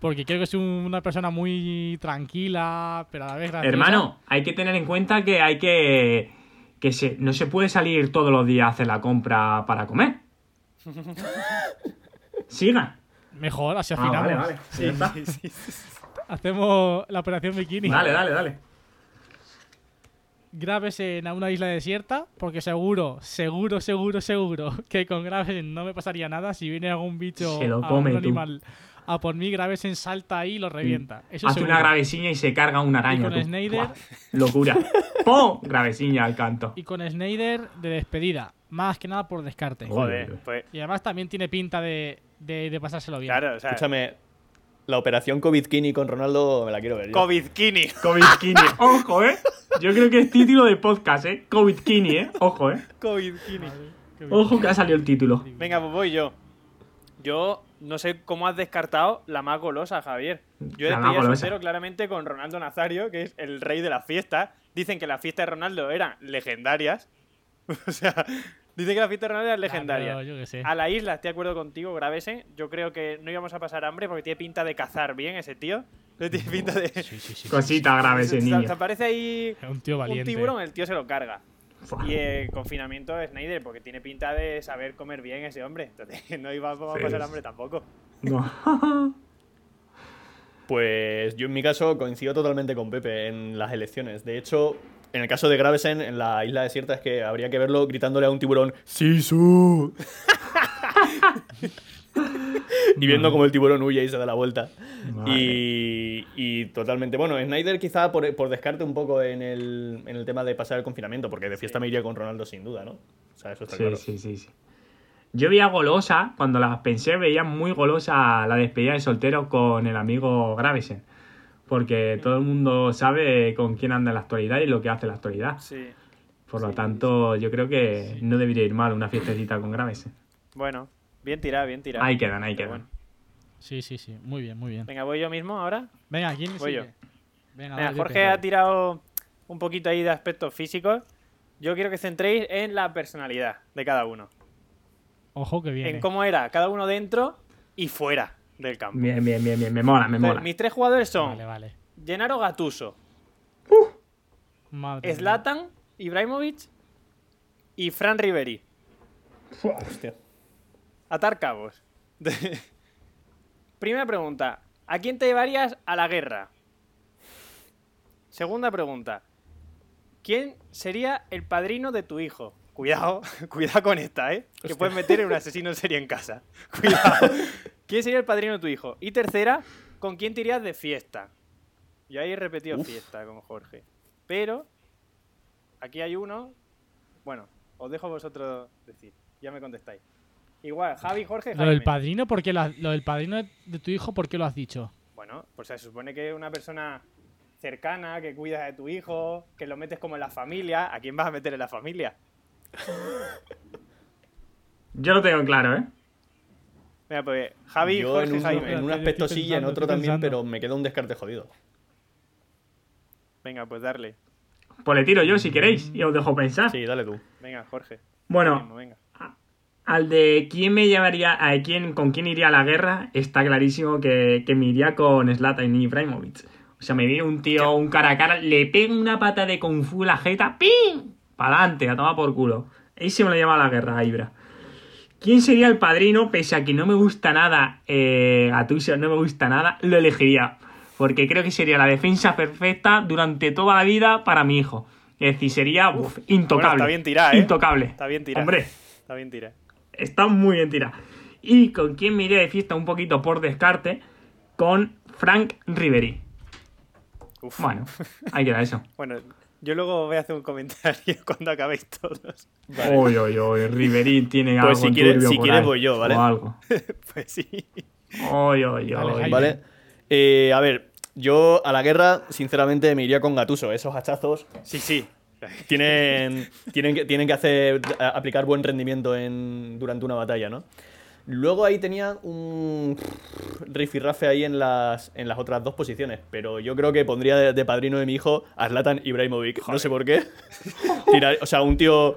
[SPEAKER 2] Porque creo que es una persona muy tranquila, pero a la vez graciosa.
[SPEAKER 3] Hermano, hay que tener en cuenta que hay que. que se, no se puede salir todos los días a hacer la compra para
[SPEAKER 2] [laughs]
[SPEAKER 3] comer. Siga.
[SPEAKER 2] Mejor, así
[SPEAKER 3] Ah,
[SPEAKER 2] afinamos.
[SPEAKER 3] vale, vale. Ya está.
[SPEAKER 2] Hacemos la operación bikini.
[SPEAKER 3] Dale, dale, dale.
[SPEAKER 2] Graves en a una isla desierta, porque seguro, seguro, seguro, seguro que con Graves no me pasaría nada. Si viene algún bicho,
[SPEAKER 3] Se lo
[SPEAKER 2] a
[SPEAKER 3] come,
[SPEAKER 2] un
[SPEAKER 3] tú.
[SPEAKER 2] animal a por mí, Graves en salta ahí y lo revienta. Eso
[SPEAKER 3] Mm. Hace
[SPEAKER 2] seguro.
[SPEAKER 3] una gravesiña y se carga una
[SPEAKER 2] Y
[SPEAKER 3] araña.
[SPEAKER 2] con
[SPEAKER 3] tú.
[SPEAKER 2] Snyder,
[SPEAKER 3] Buah,
[SPEAKER 2] [laughs]
[SPEAKER 3] Locura. ¡Pum! Gravesiña al canto.
[SPEAKER 2] y con Snyder de despedida, más que nada por descarte.
[SPEAKER 3] Joder.
[SPEAKER 5] Joder, pues.
[SPEAKER 2] Y además también tiene pinta de, de, de pasárselo bien.
[SPEAKER 5] Claro, o sea.
[SPEAKER 4] Escúchame, la operación COVID-Kini con Ronaldo me la quiero ver. yo.
[SPEAKER 5] Covidkini.
[SPEAKER 3] Covidkini, ojo, eh. Yo creo que es título de podcast, eh. Covidkini, eh. Ojo, eh.
[SPEAKER 5] Covidkini.
[SPEAKER 3] Ojo que ha salido el título.
[SPEAKER 5] Venga, pues voy yo. Yo no sé cómo has descartado la más golosa, Javier. Yo
[SPEAKER 3] La más
[SPEAKER 5] despedí a
[SPEAKER 3] golosa.
[SPEAKER 5] soltero claramente con Ronaldo Nazario, que es el rey de las fiestas. Dicen que las fiestas de Ronaldo eran legendarias. [laughs] o sea, dicen que las fiestas de Ronaldo eran
[SPEAKER 2] Ah,
[SPEAKER 5] legendarias.
[SPEAKER 2] pero yo qué sé.
[SPEAKER 5] A la isla, estoy de acuerdo contigo, Gravesen. Yo creo que no íbamos a pasar hambre porque tiene pinta de cazar bien ese tío. No tiene pinta de.
[SPEAKER 2] Sí, sí, sí.
[SPEAKER 3] Cosita grave ese
[SPEAKER 5] Se- se
[SPEAKER 3] niño.
[SPEAKER 5] aparece ahí
[SPEAKER 2] Es un tío
[SPEAKER 5] un
[SPEAKER 2] valiente.
[SPEAKER 5] tiburón, el tío se lo carga.
[SPEAKER 3] Fua.
[SPEAKER 5] Y el confinamiento de Snyder, porque tiene pinta de saber comer bien ese hombre. Entonces, [laughs] no iba a
[SPEAKER 3] Sí.
[SPEAKER 5] pasar hambre tampoco.
[SPEAKER 3] No.
[SPEAKER 4] Pues yo en mi caso coincido totalmente con Pepe en las elecciones. De hecho, en el caso de Gravesen, en la isla desierta es que habría que verlo gritándole a un tiburón
[SPEAKER 2] [laughs]
[SPEAKER 4] ¡Sisu! y viendo como el tiburón huye y se da la vuelta.
[SPEAKER 3] Vale.
[SPEAKER 4] Y, y totalmente. Bueno, Snyder quizá por, por descarte un poco en el, en el tema de pasar el confinamiento, porque de fiesta me iría con Ronaldo sin duda, ¿no? O sea, eso está
[SPEAKER 3] Sí,
[SPEAKER 4] claro.
[SPEAKER 3] sí, sí, sí. Yo veía golosa, cuando las pensé, veía muy golosa la despedida de soltero con el amigo Gravesen. Porque todo el mundo sabe con quién anda en la actualidad y lo que hace en la actualidad.
[SPEAKER 5] Sí.
[SPEAKER 3] Por lo tanto, yo creo que no debería ir mal una fiestecita con Gravesen.
[SPEAKER 5] Bueno, bien tirado, bien tirado.
[SPEAKER 3] Ahí quedan, ahí
[SPEAKER 5] Pero
[SPEAKER 3] quedan.
[SPEAKER 2] Sí, sí, sí. Muy bien, muy bien.
[SPEAKER 5] Venga, voy yo mismo ahora.
[SPEAKER 2] Venga, ¿quién
[SPEAKER 5] Voy
[SPEAKER 2] sigue?
[SPEAKER 5] yo.
[SPEAKER 2] Venga,
[SPEAKER 5] Mira,
[SPEAKER 2] dale,
[SPEAKER 5] Jorge
[SPEAKER 2] Pepe.
[SPEAKER 5] ha tirado un poquito ahí de aspectos físicos. Yo quiero que centréis en la personalidad de cada uno.
[SPEAKER 2] Ojo que viene.
[SPEAKER 5] En cómo era cada uno dentro y fuera del campo.
[SPEAKER 3] Bien, bien, bien, bien. Me mola, me
[SPEAKER 5] Entonces,
[SPEAKER 3] mola.
[SPEAKER 5] mis tres jugadores son
[SPEAKER 2] Vale, vale.
[SPEAKER 5] Gennaro Gatuso,
[SPEAKER 2] Madre mía.
[SPEAKER 5] Zlatan Ibrahimovic y Fran Riveri.
[SPEAKER 4] Hostia.
[SPEAKER 5] Atar cabos. [laughs] Primera pregunta. ¿A quién te llevarías a la guerra? Segunda pregunta. ¿Quién sería el padrino de tu hijo? Cuidado, [laughs] cuidado con esta, ¿eh? Que puedes meter en un asesino en serie en casa. [laughs] Cuidado. ¿Quién sería el padrino de tu hijo? Y tercera, ¿con quién te irías de fiesta? Yo ahí he repetido fiesta con Jorge. Pero aquí hay uno. Bueno, os dejo vosotros decir. Ya me contestáis. Igual, Javi, Jorge,
[SPEAKER 2] Lo del
[SPEAKER 5] Jaime.
[SPEAKER 2] padrino, ¿por qué lo, has- lo del padrino de- de tu hijo, ¿por qué lo has dicho?
[SPEAKER 5] Bueno, pues se supone que es una persona cercana, que cuidas de tu hijo, que lo metes como en la familia. ¿A quién vas a meter en la familia?
[SPEAKER 3] Yo lo tengo claro, ¿eh?
[SPEAKER 5] Mira, pues Javi,
[SPEAKER 4] Yo
[SPEAKER 5] Jorge,
[SPEAKER 4] en un,
[SPEAKER 5] Jaime.
[SPEAKER 4] en un
[SPEAKER 2] Espérate, yo
[SPEAKER 4] aspecto
[SPEAKER 2] estoy
[SPEAKER 4] sí y en
[SPEAKER 2] pensando,
[SPEAKER 4] otro
[SPEAKER 2] estoy
[SPEAKER 4] también,
[SPEAKER 2] pensando.
[SPEAKER 4] pero me queda un descarte jodido.
[SPEAKER 5] Venga, pues darle.
[SPEAKER 3] Pues le tiro yo si queréis y os dejo pensar.
[SPEAKER 4] Sí, dale tú.
[SPEAKER 5] Venga, Jorge.
[SPEAKER 3] Bueno.
[SPEAKER 5] Ánimo, venga.
[SPEAKER 3] Al de quién me llevaría, a quién, con quién iría a la guerra, está clarísimo que, que me iría con Zlatan Ibrahimovic. O sea, me viene un tío, un cara a cara, le pego una pata de Kung Fu en la jeta, ¡pim! Para adelante, a tomar por culo. Ahí se me lo lleva a la guerra, a Ibra. ¿Quién sería el padrino? Pese a que no me gusta nada eh, Gattuso, no me gusta nada, lo elegiría. Porque creo que sería la defensa perfecta durante toda la vida para mi hijo. Es decir, sería uf, intocable.
[SPEAKER 5] Bueno, está bien tirada, ¿eh?
[SPEAKER 3] Intocable.
[SPEAKER 5] Está bien tirada.
[SPEAKER 3] Hombre,
[SPEAKER 5] Está bien tirada.
[SPEAKER 3] está muy bien tirada. Y con quien me iré de fiesta un poquito por descarte, con Frank Ribery.
[SPEAKER 5] Uf.
[SPEAKER 3] Bueno,
[SPEAKER 4] [laughs]
[SPEAKER 3] ahí queda eso.
[SPEAKER 5] Bueno, yo luego voy a hacer un comentario [laughs] cuando acabéis todos.
[SPEAKER 3] Uy, uy, uy, Ribery tiene
[SPEAKER 4] Pues
[SPEAKER 3] algo
[SPEAKER 4] si quieres-
[SPEAKER 3] turbio
[SPEAKER 4] si
[SPEAKER 3] por
[SPEAKER 4] quieres
[SPEAKER 3] ahí,
[SPEAKER 4] voy yo, ¿vale?
[SPEAKER 3] O
[SPEAKER 4] [laughs]
[SPEAKER 3] algo.
[SPEAKER 5] Pues sí.
[SPEAKER 3] Uy, uy,
[SPEAKER 2] Dale,
[SPEAKER 3] uy.
[SPEAKER 2] Jaime.
[SPEAKER 4] ¿Vale? Eh, a ver, yo a la guerra, sinceramente, me iría con Gatuso. Esos hachazos
[SPEAKER 5] Sí, sí.
[SPEAKER 4] tienen, tienen, que, tienen que hacer a- aplicar buen rendimiento en, durante una batalla, ¿no? Luego ahí tenía un rifirrafe ahí en las, en las otras dos posiciones, pero yo creo que pondría de, de padrino de mi hijo a Zlatan Ibrahimovic, no sé por qué.
[SPEAKER 5] [laughs]
[SPEAKER 4] Tirar- o sea, un tío,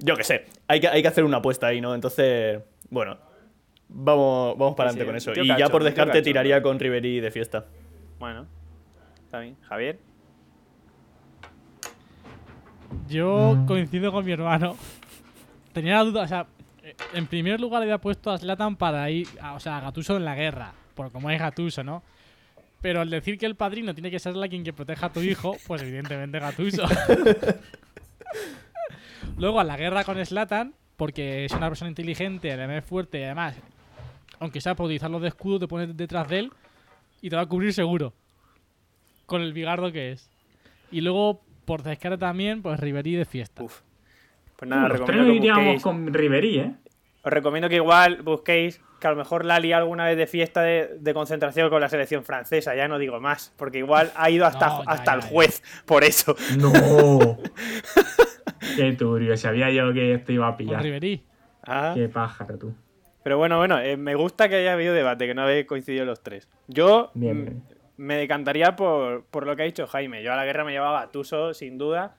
[SPEAKER 4] yo qué sé, hay que, hay que hacer una apuesta ahí, ¿no? Entonces, bueno, vamos, vamos para
[SPEAKER 5] Sí,
[SPEAKER 4] adelante
[SPEAKER 5] sí,
[SPEAKER 4] con eso.
[SPEAKER 5] un tío
[SPEAKER 4] Y ya
[SPEAKER 5] cachondo,
[SPEAKER 4] por
[SPEAKER 5] un tío
[SPEAKER 4] descarte
[SPEAKER 5] cachondo.
[SPEAKER 4] tiraría con Ribery de fiesta.
[SPEAKER 5] Bueno, está bien. Javier.
[SPEAKER 2] Yo coincido con mi hermano. Tenía la duda, o sea, eh, en primer lugar había puesto a Slatan para ir, a- o sea, a Gatuso en la guerra, por como es Gatuso, ¿no? Pero al decir que el padrino tiene que ser la quien que proteja a tu hijo, pues evidentemente Gatuso. Luego a la guerra con Slatan, porque es una persona inteligente, además es fuerte, y además, aunque sea para utilizarlo de escudo, te pones detrás de él y te va a cubrir seguro. Con el bigardo que es. Y luego, por descarga también, pues Riverí de fiesta.
[SPEAKER 5] Uf. Pues nada,
[SPEAKER 3] Los tres
[SPEAKER 5] recomiendo que
[SPEAKER 3] iríamos
[SPEAKER 5] busquéis.
[SPEAKER 3] con Ribery,
[SPEAKER 2] [laughs]
[SPEAKER 3] ¿eh?
[SPEAKER 5] Os recomiendo que igual busquéis que a lo mejor la ha liado alguna vez de fiesta de, de concentración con la selección francesa, ya no digo más, porque igual ha ido hasta,
[SPEAKER 2] No, ya,
[SPEAKER 5] hasta
[SPEAKER 2] ya,
[SPEAKER 5] el
[SPEAKER 2] ya.
[SPEAKER 5] juez por eso.
[SPEAKER 3] No. Qué turbio, sabía yo que esto iba a
[SPEAKER 2] Con
[SPEAKER 3] pillar.
[SPEAKER 2] Riverí.
[SPEAKER 5] Ah.
[SPEAKER 3] Qué pájaro tú.
[SPEAKER 5] Pero bueno, bueno, eh, me gusta que haya habido debate, que no habéis coincidido los tres. Yo
[SPEAKER 3] Bien,
[SPEAKER 5] mm,
[SPEAKER 3] bien.
[SPEAKER 5] me decantaría por, por lo que ha dicho Jaime. Yo a la guerra me llevaba a Tuso, sin duda.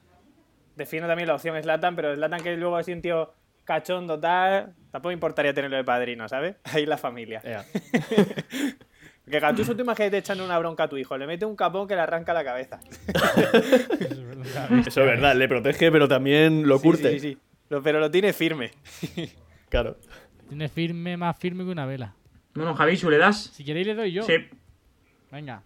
[SPEAKER 5] Defiendo también la opción Slatan, pero Slatan que luego ha sido un tío cachondo, tal. Tampoco me importaría tenerlo de padrino, ¿sabes? [laughs] Ahí la familia.
[SPEAKER 4] Ea.
[SPEAKER 5] Que Gatuso, tú imagínate echando una bronca a tu hijo. Le mete un capón que le arranca la cabeza.
[SPEAKER 4] Eso es verdad, le protege, pero también lo
[SPEAKER 5] Sí,
[SPEAKER 4] curte.
[SPEAKER 5] sí, sí, sí. Lo- pero lo tiene firme.
[SPEAKER 4] Claro.
[SPEAKER 2] Tiene firme, más firme que una vela.
[SPEAKER 3] Bueno, Javi, ¿su le das?
[SPEAKER 2] Si queréis le doy yo.
[SPEAKER 3] Sí.
[SPEAKER 2] Venga.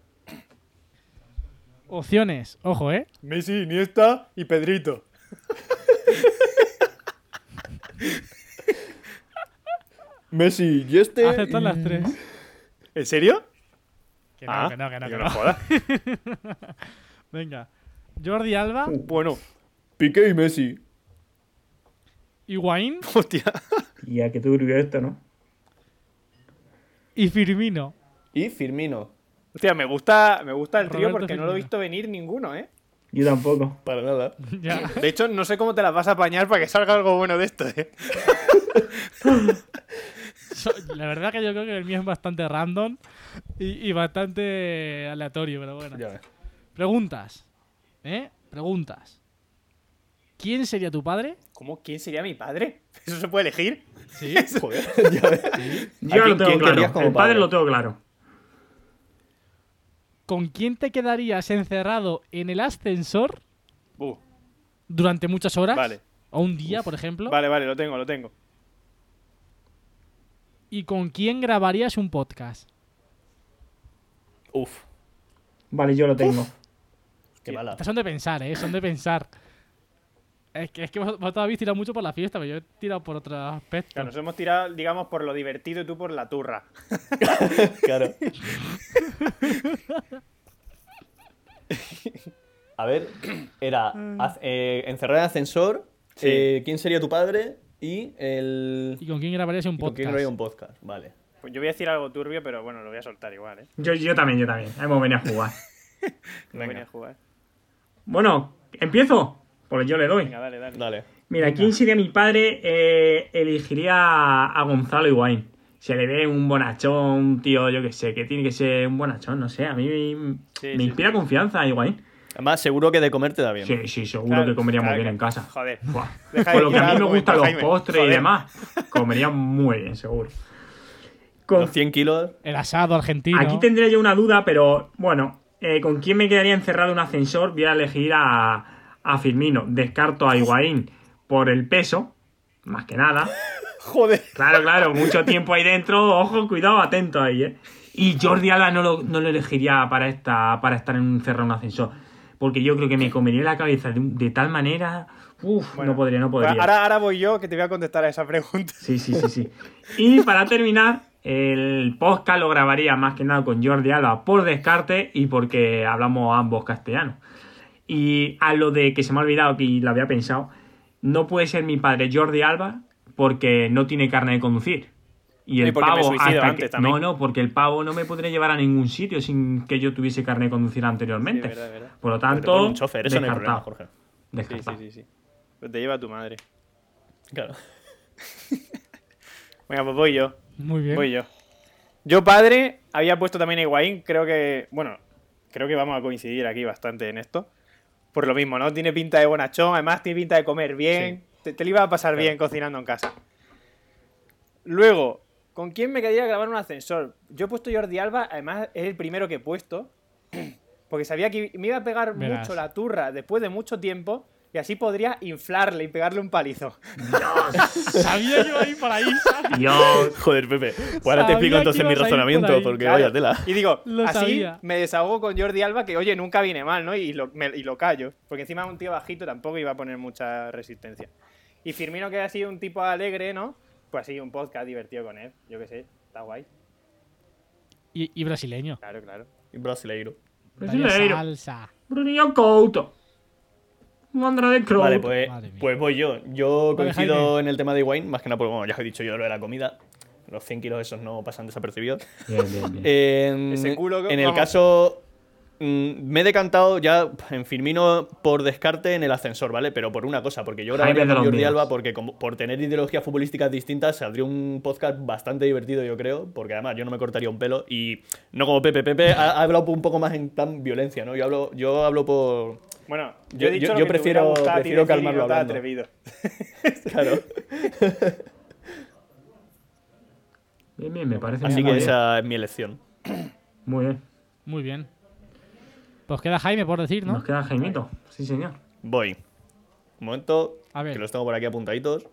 [SPEAKER 2] Opciones. Ojo, ¿eh?
[SPEAKER 5] Messi, Iniesta y Pedrito.
[SPEAKER 4] [laughs] Messi, y este.
[SPEAKER 2] Aceptan las tres.
[SPEAKER 5] ¿En serio?
[SPEAKER 2] Que no,
[SPEAKER 5] Ah,
[SPEAKER 2] que no, que no, que
[SPEAKER 5] que
[SPEAKER 2] no.
[SPEAKER 5] no jodas.
[SPEAKER 2] Venga. Jordi Alba,
[SPEAKER 5] Bueno,
[SPEAKER 4] Piqué y Messi.
[SPEAKER 2] Higuaín
[SPEAKER 5] [laughs] hostia.
[SPEAKER 3] Ya, qué turbio esto, ¿no?
[SPEAKER 2] y Firmino. [laughs]
[SPEAKER 4] Y Firmino.
[SPEAKER 5] Hostia, me gusta, me gusta el trío
[SPEAKER 2] Roberto
[SPEAKER 5] porque no lo he
[SPEAKER 2] Firmino.
[SPEAKER 5] visto venir ninguno, ¿eh?
[SPEAKER 3] Yo tampoco.
[SPEAKER 4] Para nada.
[SPEAKER 2] Ya.
[SPEAKER 5] [laughs] De hecho, no sé cómo te las vas a apañar para que salga algo bueno de esto, ¿eh?
[SPEAKER 2] So- La verdad que yo creo que el mío es bastante random y, y bastante aleatorio, pero bueno.
[SPEAKER 4] Ya ves.
[SPEAKER 2] Preguntas. ¿Eh? Preguntas. ¿Quién sería tu padre?
[SPEAKER 5] ¿Cómo? ¿Quién sería mi padre? [laughs] ¿Eso se puede elegir?
[SPEAKER 2] Sí.
[SPEAKER 4] [laughs] Joder,
[SPEAKER 2] [laughs]
[SPEAKER 4] ya ves. ¿A
[SPEAKER 3] Yo
[SPEAKER 4] quién-
[SPEAKER 3] lo tengo
[SPEAKER 4] quién querrías
[SPEAKER 3] claro.
[SPEAKER 4] como
[SPEAKER 3] El padre
[SPEAKER 4] padre?
[SPEAKER 3] lo tengo claro.
[SPEAKER 2] ¿Con quién te quedarías encerrado en el ascensor
[SPEAKER 5] Uh,
[SPEAKER 2] durante muchas horas?
[SPEAKER 5] Vale.
[SPEAKER 2] O un día, por ejemplo.
[SPEAKER 5] vale, vale, lo tengo, lo tengo.
[SPEAKER 2] ¿Y con quién grabarías un podcast?
[SPEAKER 4] Uf,
[SPEAKER 3] Vale, yo lo tengo.
[SPEAKER 4] qué
[SPEAKER 2] [laughs]
[SPEAKER 4] mala.
[SPEAKER 2] Estas son de pensar, ¿eh? Son de pensar. Es que, es que vos- vosotros habéis tirado mucho por la fiesta, pero yo he tirado por otro aspecto.
[SPEAKER 5] Claro, nos hemos tirado, digamos, por lo divertido y tú por la turra.
[SPEAKER 4] Claro. A ver, era
[SPEAKER 2] Ah.
[SPEAKER 4] az- eh, encerrar en ascensor, eh, quién sería tu padre y el.
[SPEAKER 2] ¿Y con quién grabarías un
[SPEAKER 4] y con
[SPEAKER 2] podcast?
[SPEAKER 4] quién grabaría un podcast, vale.
[SPEAKER 5] Pues yo voy a decir algo turbio, pero bueno, lo voy a soltar igual, ¿eh?
[SPEAKER 3] Yo, yo también, yo también. Hemos venido a jugar.
[SPEAKER 5] No venía a jugar.
[SPEAKER 3] Bueno, ¿empiezo? Pues yo le doy.
[SPEAKER 5] Venga, dale, dale.
[SPEAKER 4] Dale.
[SPEAKER 3] Mira, ¿quién sería mi padre? Eh, elegiría a Gonzalo Higuaín. se le ve un bonachón, un tío, yo que sé, que tiene que ser un bonachón, no sé, a mí me,
[SPEAKER 5] Sí,
[SPEAKER 3] me
[SPEAKER 5] sí,
[SPEAKER 3] inspira confianza Higuaín.
[SPEAKER 4] Además, seguro que de comer te da bien.
[SPEAKER 3] Sí, sí, seguro
[SPEAKER 5] Claro,
[SPEAKER 3] que comeríamos
[SPEAKER 5] claro,
[SPEAKER 3] bien en
[SPEAKER 5] claro.
[SPEAKER 3] casa.
[SPEAKER 5] Joder.
[SPEAKER 3] Buah.
[SPEAKER 5] Deja de
[SPEAKER 3] Con lo que a
[SPEAKER 5] quitar
[SPEAKER 3] mí me gustan
[SPEAKER 5] comentarios,
[SPEAKER 3] los
[SPEAKER 5] Jaime.
[SPEAKER 3] postres y
[SPEAKER 5] Joder.
[SPEAKER 3] demás, comerían muy bien, seguro. Con-
[SPEAKER 4] Los 100 kilos.
[SPEAKER 2] El asado argentino.
[SPEAKER 3] Aquí tendría yo una duda, pero bueno, eh, ¿con quién me quedaría encerrado en un ascensor? Voy a elegir a, a Firmino. Descarto a Higuaín por el peso, más que nada.
[SPEAKER 4] Joder.
[SPEAKER 3] Claro, claro,
[SPEAKER 5] [laughs]
[SPEAKER 3] mucho tiempo ahí dentro. Ojo, cuidado, atento ahí, ¿eh? Y Jordi Alba no lo, no lo elegiría para, esta, para estar en un cerro, un ascensor. Porque yo creo que me comería la cabeza de, un- de tal manera. Uf,
[SPEAKER 5] Bueno,
[SPEAKER 3] no podría, no podría.
[SPEAKER 5] Ahora, ahora voy yo que te voy a contestar a esa pregunta.
[SPEAKER 3] Sí, sí, sí, sí. Y para terminar, el podcast lo grabaría más que nada con Jordi Alba por descarte y porque hablamos ambos castellano. Y a lo de que se me ha olvidado que lo había pensado, no puede ser mi padre Jordi Alba porque no tiene carne de conducir. Y
[SPEAKER 5] Y
[SPEAKER 3] el
[SPEAKER 5] porque me
[SPEAKER 3] pavo
[SPEAKER 5] suicido
[SPEAKER 3] hasta
[SPEAKER 5] antes
[SPEAKER 3] que-
[SPEAKER 5] también.
[SPEAKER 3] no, no, porque el pavo no me podría llevar a ningún sitio sin que yo tuviese carne de conducir anteriormente.
[SPEAKER 5] Sí, verdad, verdad.
[SPEAKER 3] Por lo
[SPEAKER 4] Pero te pone
[SPEAKER 3] tanto,
[SPEAKER 4] un chofer, eso no hay problema,
[SPEAKER 3] descartado.
[SPEAKER 4] Jorge.
[SPEAKER 5] Sí, sí,
[SPEAKER 3] Descartado.
[SPEAKER 5] sí, sí. Pero te lleva tu madre.
[SPEAKER 4] Claro.
[SPEAKER 5] Venga, pues voy yo.
[SPEAKER 2] Muy bien.
[SPEAKER 5] Voy yo. Yo, padre, había puesto también a Higuaín. Creo que, bueno, creo que vamos a coincidir aquí bastante en esto. Por lo mismo, ¿no? Tiene pinta de bonachón, además tiene pinta de comer bien. Te, te lo iba a pasar bien cocinando en casa. Luego, ¿con quién me quedaría grabar un ascensor? Yo he puesto Jordi Alba, además es el primero que he puesto. [clears throat] Porque sabía que me iba a pegar
[SPEAKER 2] Verás.
[SPEAKER 5] mucho la turra después de mucho tiempo. Y así podría inflarle y pegarle un palizo.
[SPEAKER 2] Sabía yo ahí para ahí. sabía.
[SPEAKER 3] Dios.
[SPEAKER 4] Joder, Pepe. Pues ahora te
[SPEAKER 2] Sabía
[SPEAKER 4] explico
[SPEAKER 2] que
[SPEAKER 4] entonces mi
[SPEAKER 2] ibas a ir por
[SPEAKER 4] razonamiento,
[SPEAKER 2] ahí.
[SPEAKER 4] porque
[SPEAKER 5] Claro.
[SPEAKER 4] vaya tela.
[SPEAKER 5] Y [laughs] digo,
[SPEAKER 2] Lo
[SPEAKER 5] así
[SPEAKER 2] sabía.
[SPEAKER 5] me desahogo con Jordi Alba, que oye, nunca viene mal, ¿no? Y lo, me- y lo callo. Porque encima un tío bajito tampoco iba a poner mucha resistencia. Y Firmino, que ha sido un tipo alegre, ¿no? Pues así, un podcast divertido con él. Yo qué sé, está guay.
[SPEAKER 2] Y, y brasileño.
[SPEAKER 5] Claro, claro.
[SPEAKER 4] Y Brasileiro.
[SPEAKER 2] Vaya
[SPEAKER 3] Brasileiro.
[SPEAKER 2] salsa.
[SPEAKER 3] Bruno Couto. Mandra de Couto.
[SPEAKER 4] Vale, pues,
[SPEAKER 2] Madre mía.
[SPEAKER 4] pues voy yo. Yo
[SPEAKER 2] Vale,
[SPEAKER 4] coincido
[SPEAKER 2] Jaime.
[SPEAKER 4] en el tema de Higuaín, más que nada porque, bueno, ya os he dicho yo lo de la comida. Los 100 kilos esos no pasan desapercibidos.
[SPEAKER 3] Bien, bien, bien.
[SPEAKER 4] En,
[SPEAKER 5] Ese culo que-
[SPEAKER 4] en el
[SPEAKER 5] vamos.
[SPEAKER 4] caso. mm, Me he decantado ya en Firmino por descarte en el ascensor, ¿vale? Pero por una cosa, porque yo
[SPEAKER 3] Jaime
[SPEAKER 4] grabaría
[SPEAKER 3] de
[SPEAKER 4] con
[SPEAKER 3] los
[SPEAKER 4] Jordi
[SPEAKER 3] míos.
[SPEAKER 4] Alba porque como- por tener ideologías futbolísticas distintas saldría un podcast bastante divertido, yo creo, porque además yo no me cortaría un pelo y no como Pepe. Pepe ha, ha hablado un poco más en tan violencia, ¿no? Yo hablo, yo hablo
[SPEAKER 5] [laughs]
[SPEAKER 4] por...
[SPEAKER 5] Bueno, yo, he
[SPEAKER 4] Yo-
[SPEAKER 5] dicho
[SPEAKER 4] yo-
[SPEAKER 5] lo
[SPEAKER 4] yo
[SPEAKER 5] que te
[SPEAKER 4] prefiero-
[SPEAKER 5] hubiera gustado a ti
[SPEAKER 4] prefiero
[SPEAKER 5] decir y
[SPEAKER 4] calmarlo
[SPEAKER 5] no te has
[SPEAKER 4] hablando.
[SPEAKER 5] atrevido.
[SPEAKER 4] Claro.
[SPEAKER 3] Bien, bien, me parece
[SPEAKER 4] [laughs] Así
[SPEAKER 3] bien,
[SPEAKER 4] que
[SPEAKER 3] muy bien.
[SPEAKER 4] esa es mi elección.
[SPEAKER 3] Muy bien.
[SPEAKER 2] Muy bien. Pues queda Jaime por decir, ¿no?
[SPEAKER 3] Nos queda Jaimito. Sí, señor.
[SPEAKER 4] Voy. Un momento,
[SPEAKER 2] A ver.
[SPEAKER 4] que los tengo por aquí apuntaditos.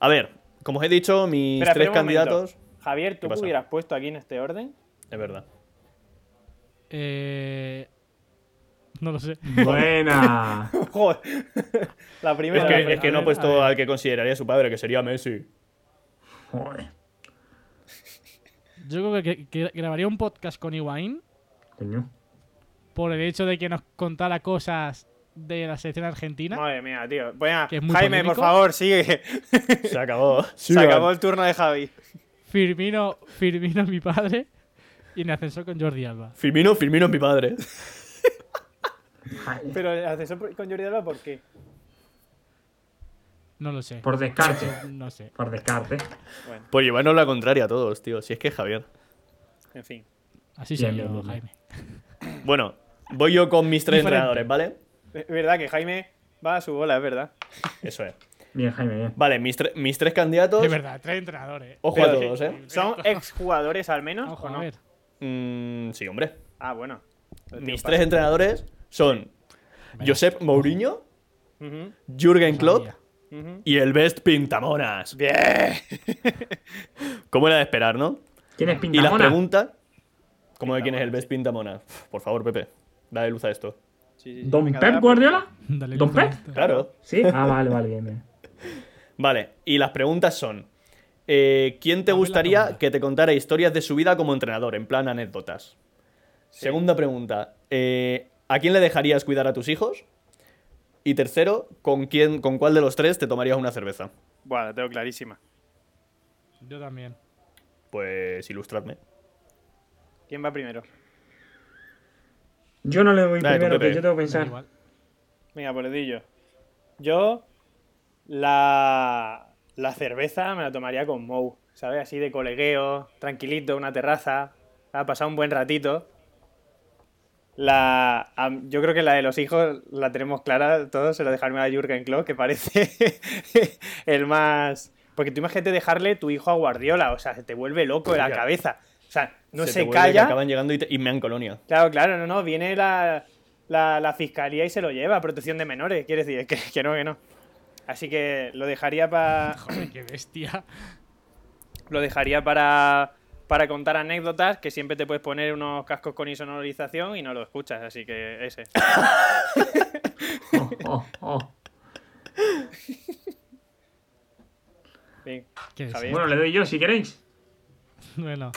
[SPEAKER 4] A ver, como os he dicho, mis
[SPEAKER 5] Espera,
[SPEAKER 4] tres
[SPEAKER 5] espera un momento.
[SPEAKER 4] candidatos...
[SPEAKER 5] Javier, ¿tú
[SPEAKER 4] pasa?
[SPEAKER 5] que hubieras puesto aquí en este orden?
[SPEAKER 4] Es verdad.
[SPEAKER 2] Eh, no lo sé.
[SPEAKER 3] Buena.
[SPEAKER 5] Joder. la
[SPEAKER 4] Es
[SPEAKER 5] primera. la
[SPEAKER 4] que,
[SPEAKER 5] primera.
[SPEAKER 4] es que no he puesto al que consideraría su padre, que sería Messi. [laughs]
[SPEAKER 3] Joder.
[SPEAKER 2] Yo creo que, que grabaría un podcast con Iwain
[SPEAKER 3] Coño.
[SPEAKER 2] por el hecho de que nos contara cosas de la selección argentina.
[SPEAKER 5] Madre mía, tío. Bueno,
[SPEAKER 2] Que es muy
[SPEAKER 5] Jaime,
[SPEAKER 2] polémico.
[SPEAKER 5] por favor, sigue.
[SPEAKER 4] Se acabó.
[SPEAKER 5] Se acabó el turno de Javi.
[SPEAKER 2] Firmino, Firmino, mi padre. Y en el ascensor con Jordi Alba.
[SPEAKER 4] Firmino, Firmino es mi [laughs] padre.
[SPEAKER 5] Pero el asesor con Jordi Alba, ¿por qué?
[SPEAKER 2] No lo sé.
[SPEAKER 3] Por descarte.
[SPEAKER 2] No sé.
[SPEAKER 3] Por descarte.
[SPEAKER 4] Por Pues llevarnos la contraria a todos, tío. Si es que es Javier.
[SPEAKER 5] En fin.
[SPEAKER 2] Así
[SPEAKER 3] Bien,
[SPEAKER 2] soy
[SPEAKER 3] bien,
[SPEAKER 2] yo,
[SPEAKER 3] bien, bien.
[SPEAKER 2] Jaime.
[SPEAKER 4] Bueno, voy yo con mis tres
[SPEAKER 2] Diferente.
[SPEAKER 4] entrenadores, ¿vale?
[SPEAKER 5] Es verdad que Jaime va a su bola, es verdad.
[SPEAKER 4] Eso es.
[SPEAKER 3] Bien, Jaime, bien.
[SPEAKER 4] Vale, mis, tre- mis tres candidatos.
[SPEAKER 2] De verdad, tres entrenadores.
[SPEAKER 4] Ojo
[SPEAKER 5] Pero
[SPEAKER 4] a
[SPEAKER 5] que-
[SPEAKER 4] todos, ¿eh?
[SPEAKER 5] ¿Son exjugadores al menos?
[SPEAKER 2] Ojo,
[SPEAKER 5] o no?
[SPEAKER 2] a ver.
[SPEAKER 4] Mm, sí, hombre.
[SPEAKER 5] Ah, bueno.
[SPEAKER 4] Mis tres entrenadores son Josep Mourinho,
[SPEAKER 5] Ujú,
[SPEAKER 4] Jürgen Klopp
[SPEAKER 2] Sabía.
[SPEAKER 5] ujú.
[SPEAKER 4] y el Best Pintamonas.
[SPEAKER 5] Bien.
[SPEAKER 4] [laughs] ¿Cómo era de esperar, no?
[SPEAKER 3] ¿Quién es
[SPEAKER 4] Y las
[SPEAKER 3] Pintamona?
[SPEAKER 4] preguntas. ¿Cómo de quién es el Best Pintamonas? Por favor, Pepe, dale luz a esto.
[SPEAKER 5] Sí, sí, sí.
[SPEAKER 3] ¿Don
[SPEAKER 5] Venga,
[SPEAKER 3] Pep
[SPEAKER 5] dale,
[SPEAKER 3] Guardiola?
[SPEAKER 2] Dale
[SPEAKER 3] ¿Don
[SPEAKER 2] luz a
[SPEAKER 3] Pep?
[SPEAKER 2] esto.
[SPEAKER 4] Claro.
[SPEAKER 3] Sí. Ah, vale, vale, bien, bien.
[SPEAKER 4] Vale, y las preguntas son: eh, ¿Quién te
[SPEAKER 2] Dame la
[SPEAKER 4] gustaría
[SPEAKER 2] pregunta.
[SPEAKER 4] que te contara historias de su vida como entrenador, en plan anécdotas? Segunda pregunta: eh, ¿A quién le dejarías cuidar a tus hijos? Y tercero, ¿con, quién, ¿con cuál de los tres te tomarías una cerveza?
[SPEAKER 5] Bueno, la tengo clarísima.
[SPEAKER 2] Yo también.
[SPEAKER 4] Pues ilustradme.
[SPEAKER 5] ¿Quién va primero?
[SPEAKER 3] Yo no le doy
[SPEAKER 4] Dale, tú,
[SPEAKER 3] primero,
[SPEAKER 4] Pepe.
[SPEAKER 3] que yo tengo que
[SPEAKER 2] Me da
[SPEAKER 3] pensar. [clears throat]
[SPEAKER 2] igual.
[SPEAKER 5] Venga, por yo. Yo. La. La cerveza me la tomaría con Mou. ¿sabes? Así de colegueo, tranquilito, una terraza, ha pasado un buen ratito. La, am- yo creo que la de los hijos la tenemos clara todos, se la dejarme a Jürgen Klopp, que parece [laughs] el más... Porque tú imagínate dejarle tu hijo a Guardiola, o sea, se te vuelve loco de la
[SPEAKER 4] Ya.
[SPEAKER 5] cabeza. O sea, no se,
[SPEAKER 4] te vuelve que
[SPEAKER 5] calla.
[SPEAKER 4] Acaban llegando y, te- y me han colonia.
[SPEAKER 5] Claro, claro, no, no, viene la, la, la fiscalía y se lo lleva, protección de menores, quiere decir, [laughs] que, que no, que no. Así que lo dejaría para
[SPEAKER 2] Joder, qué bestia.
[SPEAKER 5] lo dejaría para para contar anécdotas que siempre te puedes poner unos cascos con insonorización y no lo escuchas, así
[SPEAKER 3] [laughs]
[SPEAKER 5] que ese.
[SPEAKER 3] Oh, oh, oh.
[SPEAKER 5] Bien.
[SPEAKER 2] Qué
[SPEAKER 5] Javier.
[SPEAKER 2] bestia.
[SPEAKER 3] Bueno, le doy yo si queréis.
[SPEAKER 2] Bueno.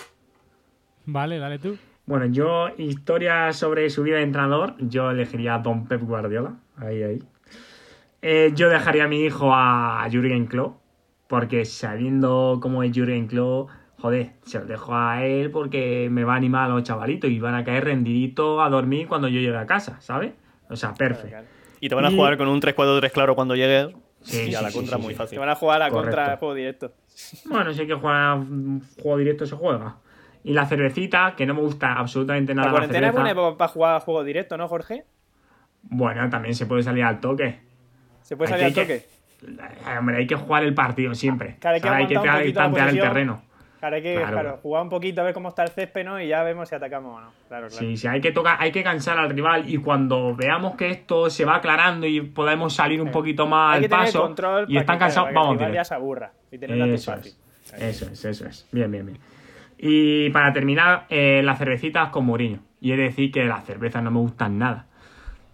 [SPEAKER 2] Vale, dale tú.
[SPEAKER 3] Bueno, yo, historia sobre su vida de entrenador, yo elegiría a Don Pep Guardiola. Ahí, ahí. Eh, yo dejaría a mi hijo a Jürgen Klopp, porque sabiendo cómo es Jürgen Klopp, joder, se lo dejo a él porque me va a animar a los chavalitos y van a caer rendiditos a dormir cuando yo llegue a casa, ¿sabes? O sea, perfecto.
[SPEAKER 4] Y te van a
[SPEAKER 3] Y-
[SPEAKER 4] jugar con un 3-4-3 claro cuando llegues.
[SPEAKER 3] Sí,
[SPEAKER 4] y a
[SPEAKER 3] sí,
[SPEAKER 4] la
[SPEAKER 3] sí,
[SPEAKER 4] contra
[SPEAKER 3] sí,
[SPEAKER 4] muy
[SPEAKER 3] sí.
[SPEAKER 4] fácil.
[SPEAKER 5] Te van a jugar a
[SPEAKER 3] Correcto.
[SPEAKER 5] contra el juego directo.
[SPEAKER 3] Bueno, sé que jugar a un juego directo se juega. Y la cervecita, que no me gusta absolutamente nada
[SPEAKER 5] La
[SPEAKER 3] la,
[SPEAKER 5] cuarentena es
[SPEAKER 3] cerveza.
[SPEAKER 5] buena para jugar a juego directo, ¿no, Jorge?
[SPEAKER 3] Bueno, también se puede salir al toque.
[SPEAKER 5] ¿Se puede
[SPEAKER 3] Aquí
[SPEAKER 5] salir Pues al
[SPEAKER 3] hay que-
[SPEAKER 5] toque?
[SPEAKER 3] Ay, hombre, hay que jugar el partido siempre.
[SPEAKER 5] Claro, hay que
[SPEAKER 3] O sea,
[SPEAKER 5] aguantar un
[SPEAKER 3] hay que
[SPEAKER 5] poquito la
[SPEAKER 3] tantear el
[SPEAKER 5] posesión.
[SPEAKER 3] terreno.
[SPEAKER 5] Claro, hay que
[SPEAKER 3] Claro.
[SPEAKER 5] claro, jugar un poquito a ver cómo está el césped, ¿no? Y ya vemos si atacamos o no. Claro, claro.
[SPEAKER 3] Sí, sí, hay que tocar, hay que cansar al rival y cuando veamos que esto se va aclarando y podemos salir un poquito más
[SPEAKER 5] Hay que
[SPEAKER 3] al
[SPEAKER 5] tener
[SPEAKER 3] paso
[SPEAKER 5] control
[SPEAKER 3] y están
[SPEAKER 5] para que, claro,
[SPEAKER 3] cansados,
[SPEAKER 5] para que
[SPEAKER 3] vamos
[SPEAKER 5] el
[SPEAKER 3] a
[SPEAKER 5] rival ya
[SPEAKER 3] tirar.
[SPEAKER 5] se aburra y tenerla tú
[SPEAKER 3] Eso
[SPEAKER 5] fácil.
[SPEAKER 3] es, eso es, eso es. Bien, bien, bien. Y para terminar, eh, las cervecitas con Mourinho. Y he de decir que las cervezas no me gustan nada.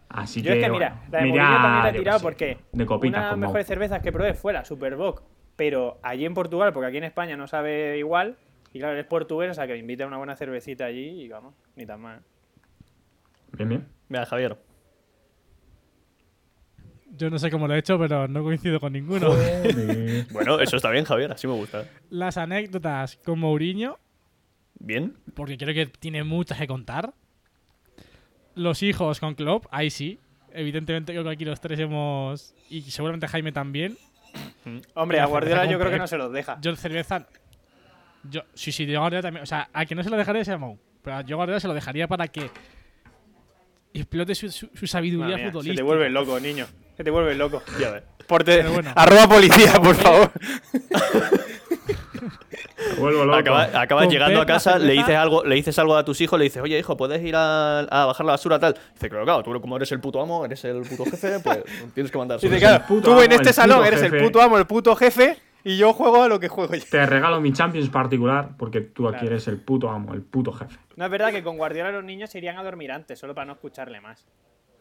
[SPEAKER 3] Así
[SPEAKER 5] Yo
[SPEAKER 3] que,
[SPEAKER 5] es que
[SPEAKER 3] bueno,
[SPEAKER 5] mira, la de
[SPEAKER 3] me iría,
[SPEAKER 5] Mourinho también la he
[SPEAKER 3] yo qué
[SPEAKER 5] tirado
[SPEAKER 3] sé,
[SPEAKER 5] porque
[SPEAKER 3] De
[SPEAKER 5] una
[SPEAKER 3] copitas
[SPEAKER 5] de las
[SPEAKER 3] con Mou.
[SPEAKER 5] mejores cervezas que probé fue la Superbock, pero allí en Portugal, porque aquí en España no sabe igual, y claro, eres portugués, o sea que me invita a una buena cervecita allí y vamos, ni tan mal.
[SPEAKER 3] Bien, bien. [laughs]
[SPEAKER 4] Mira, Javier.
[SPEAKER 2] Yo no sé cómo lo he hecho, pero no coincido con ninguno.
[SPEAKER 4] Bueno, eso está bien, Javier. Así me gusta.
[SPEAKER 2] Las anécdotas con Mourinho,
[SPEAKER 4] Bien.
[SPEAKER 2] porque creo que tiene muchas que contar. Los hijos con Klopp, ahí sí. Evidentemente creo que aquí los tres hemos... Y seguramente Jaime también.
[SPEAKER 5] Hombre,
[SPEAKER 2] Y la
[SPEAKER 5] a Guardiola
[SPEAKER 2] cerveza
[SPEAKER 5] yo
[SPEAKER 2] con
[SPEAKER 5] creo que
[SPEAKER 2] Pep.
[SPEAKER 5] no se los deja.
[SPEAKER 2] Yo el cerveza... Yo, sí, sí, yo Guardiola también. O sea, a quien no se lo dejaría es a Mou. Pero yo a Guardiola se lo dejaría para que explote su, su- su
[SPEAKER 5] Madre
[SPEAKER 2] sabiduría
[SPEAKER 5] mía, se
[SPEAKER 2] futbolística.
[SPEAKER 5] te vuelve loco, niño. Se te vuelve loco.
[SPEAKER 4] Ya ves.
[SPEAKER 5] Porte...
[SPEAKER 2] Pero bueno.
[SPEAKER 5] Arroba policía,
[SPEAKER 2] [laughs]
[SPEAKER 5] por favor.
[SPEAKER 3] Me Vuelvo loco.
[SPEAKER 4] Acaba- acabas
[SPEAKER 2] Con
[SPEAKER 4] llegando a
[SPEAKER 2] Pep, la
[SPEAKER 4] casa, le
[SPEAKER 2] cerveza.
[SPEAKER 4] dices algo, le dices algo a tus hijos, le dices, oye hijo, ¿puedes ir a, a bajar la basura tal? Dice, claro, claro, tú como eres el puto amo, eres el puto jefe, pues [laughs] tienes que mandar.
[SPEAKER 5] Dice,
[SPEAKER 4] sobre".
[SPEAKER 5] claro,
[SPEAKER 3] puto
[SPEAKER 5] tú
[SPEAKER 3] amo,
[SPEAKER 5] en
[SPEAKER 3] el
[SPEAKER 5] este
[SPEAKER 3] puto
[SPEAKER 5] salón eres el
[SPEAKER 3] jefe.
[SPEAKER 5] puto amo, el puto jefe, y yo juego a lo que juego yo.
[SPEAKER 3] Te regalo mi Champions particular porque tú aquí
[SPEAKER 5] Claro.
[SPEAKER 3] eres el puto amo, el puto
[SPEAKER 5] [laughs]
[SPEAKER 3] jefe.
[SPEAKER 5] No es verdad que con Guardiola los niños se irían a dormir antes, solo para no escucharle más.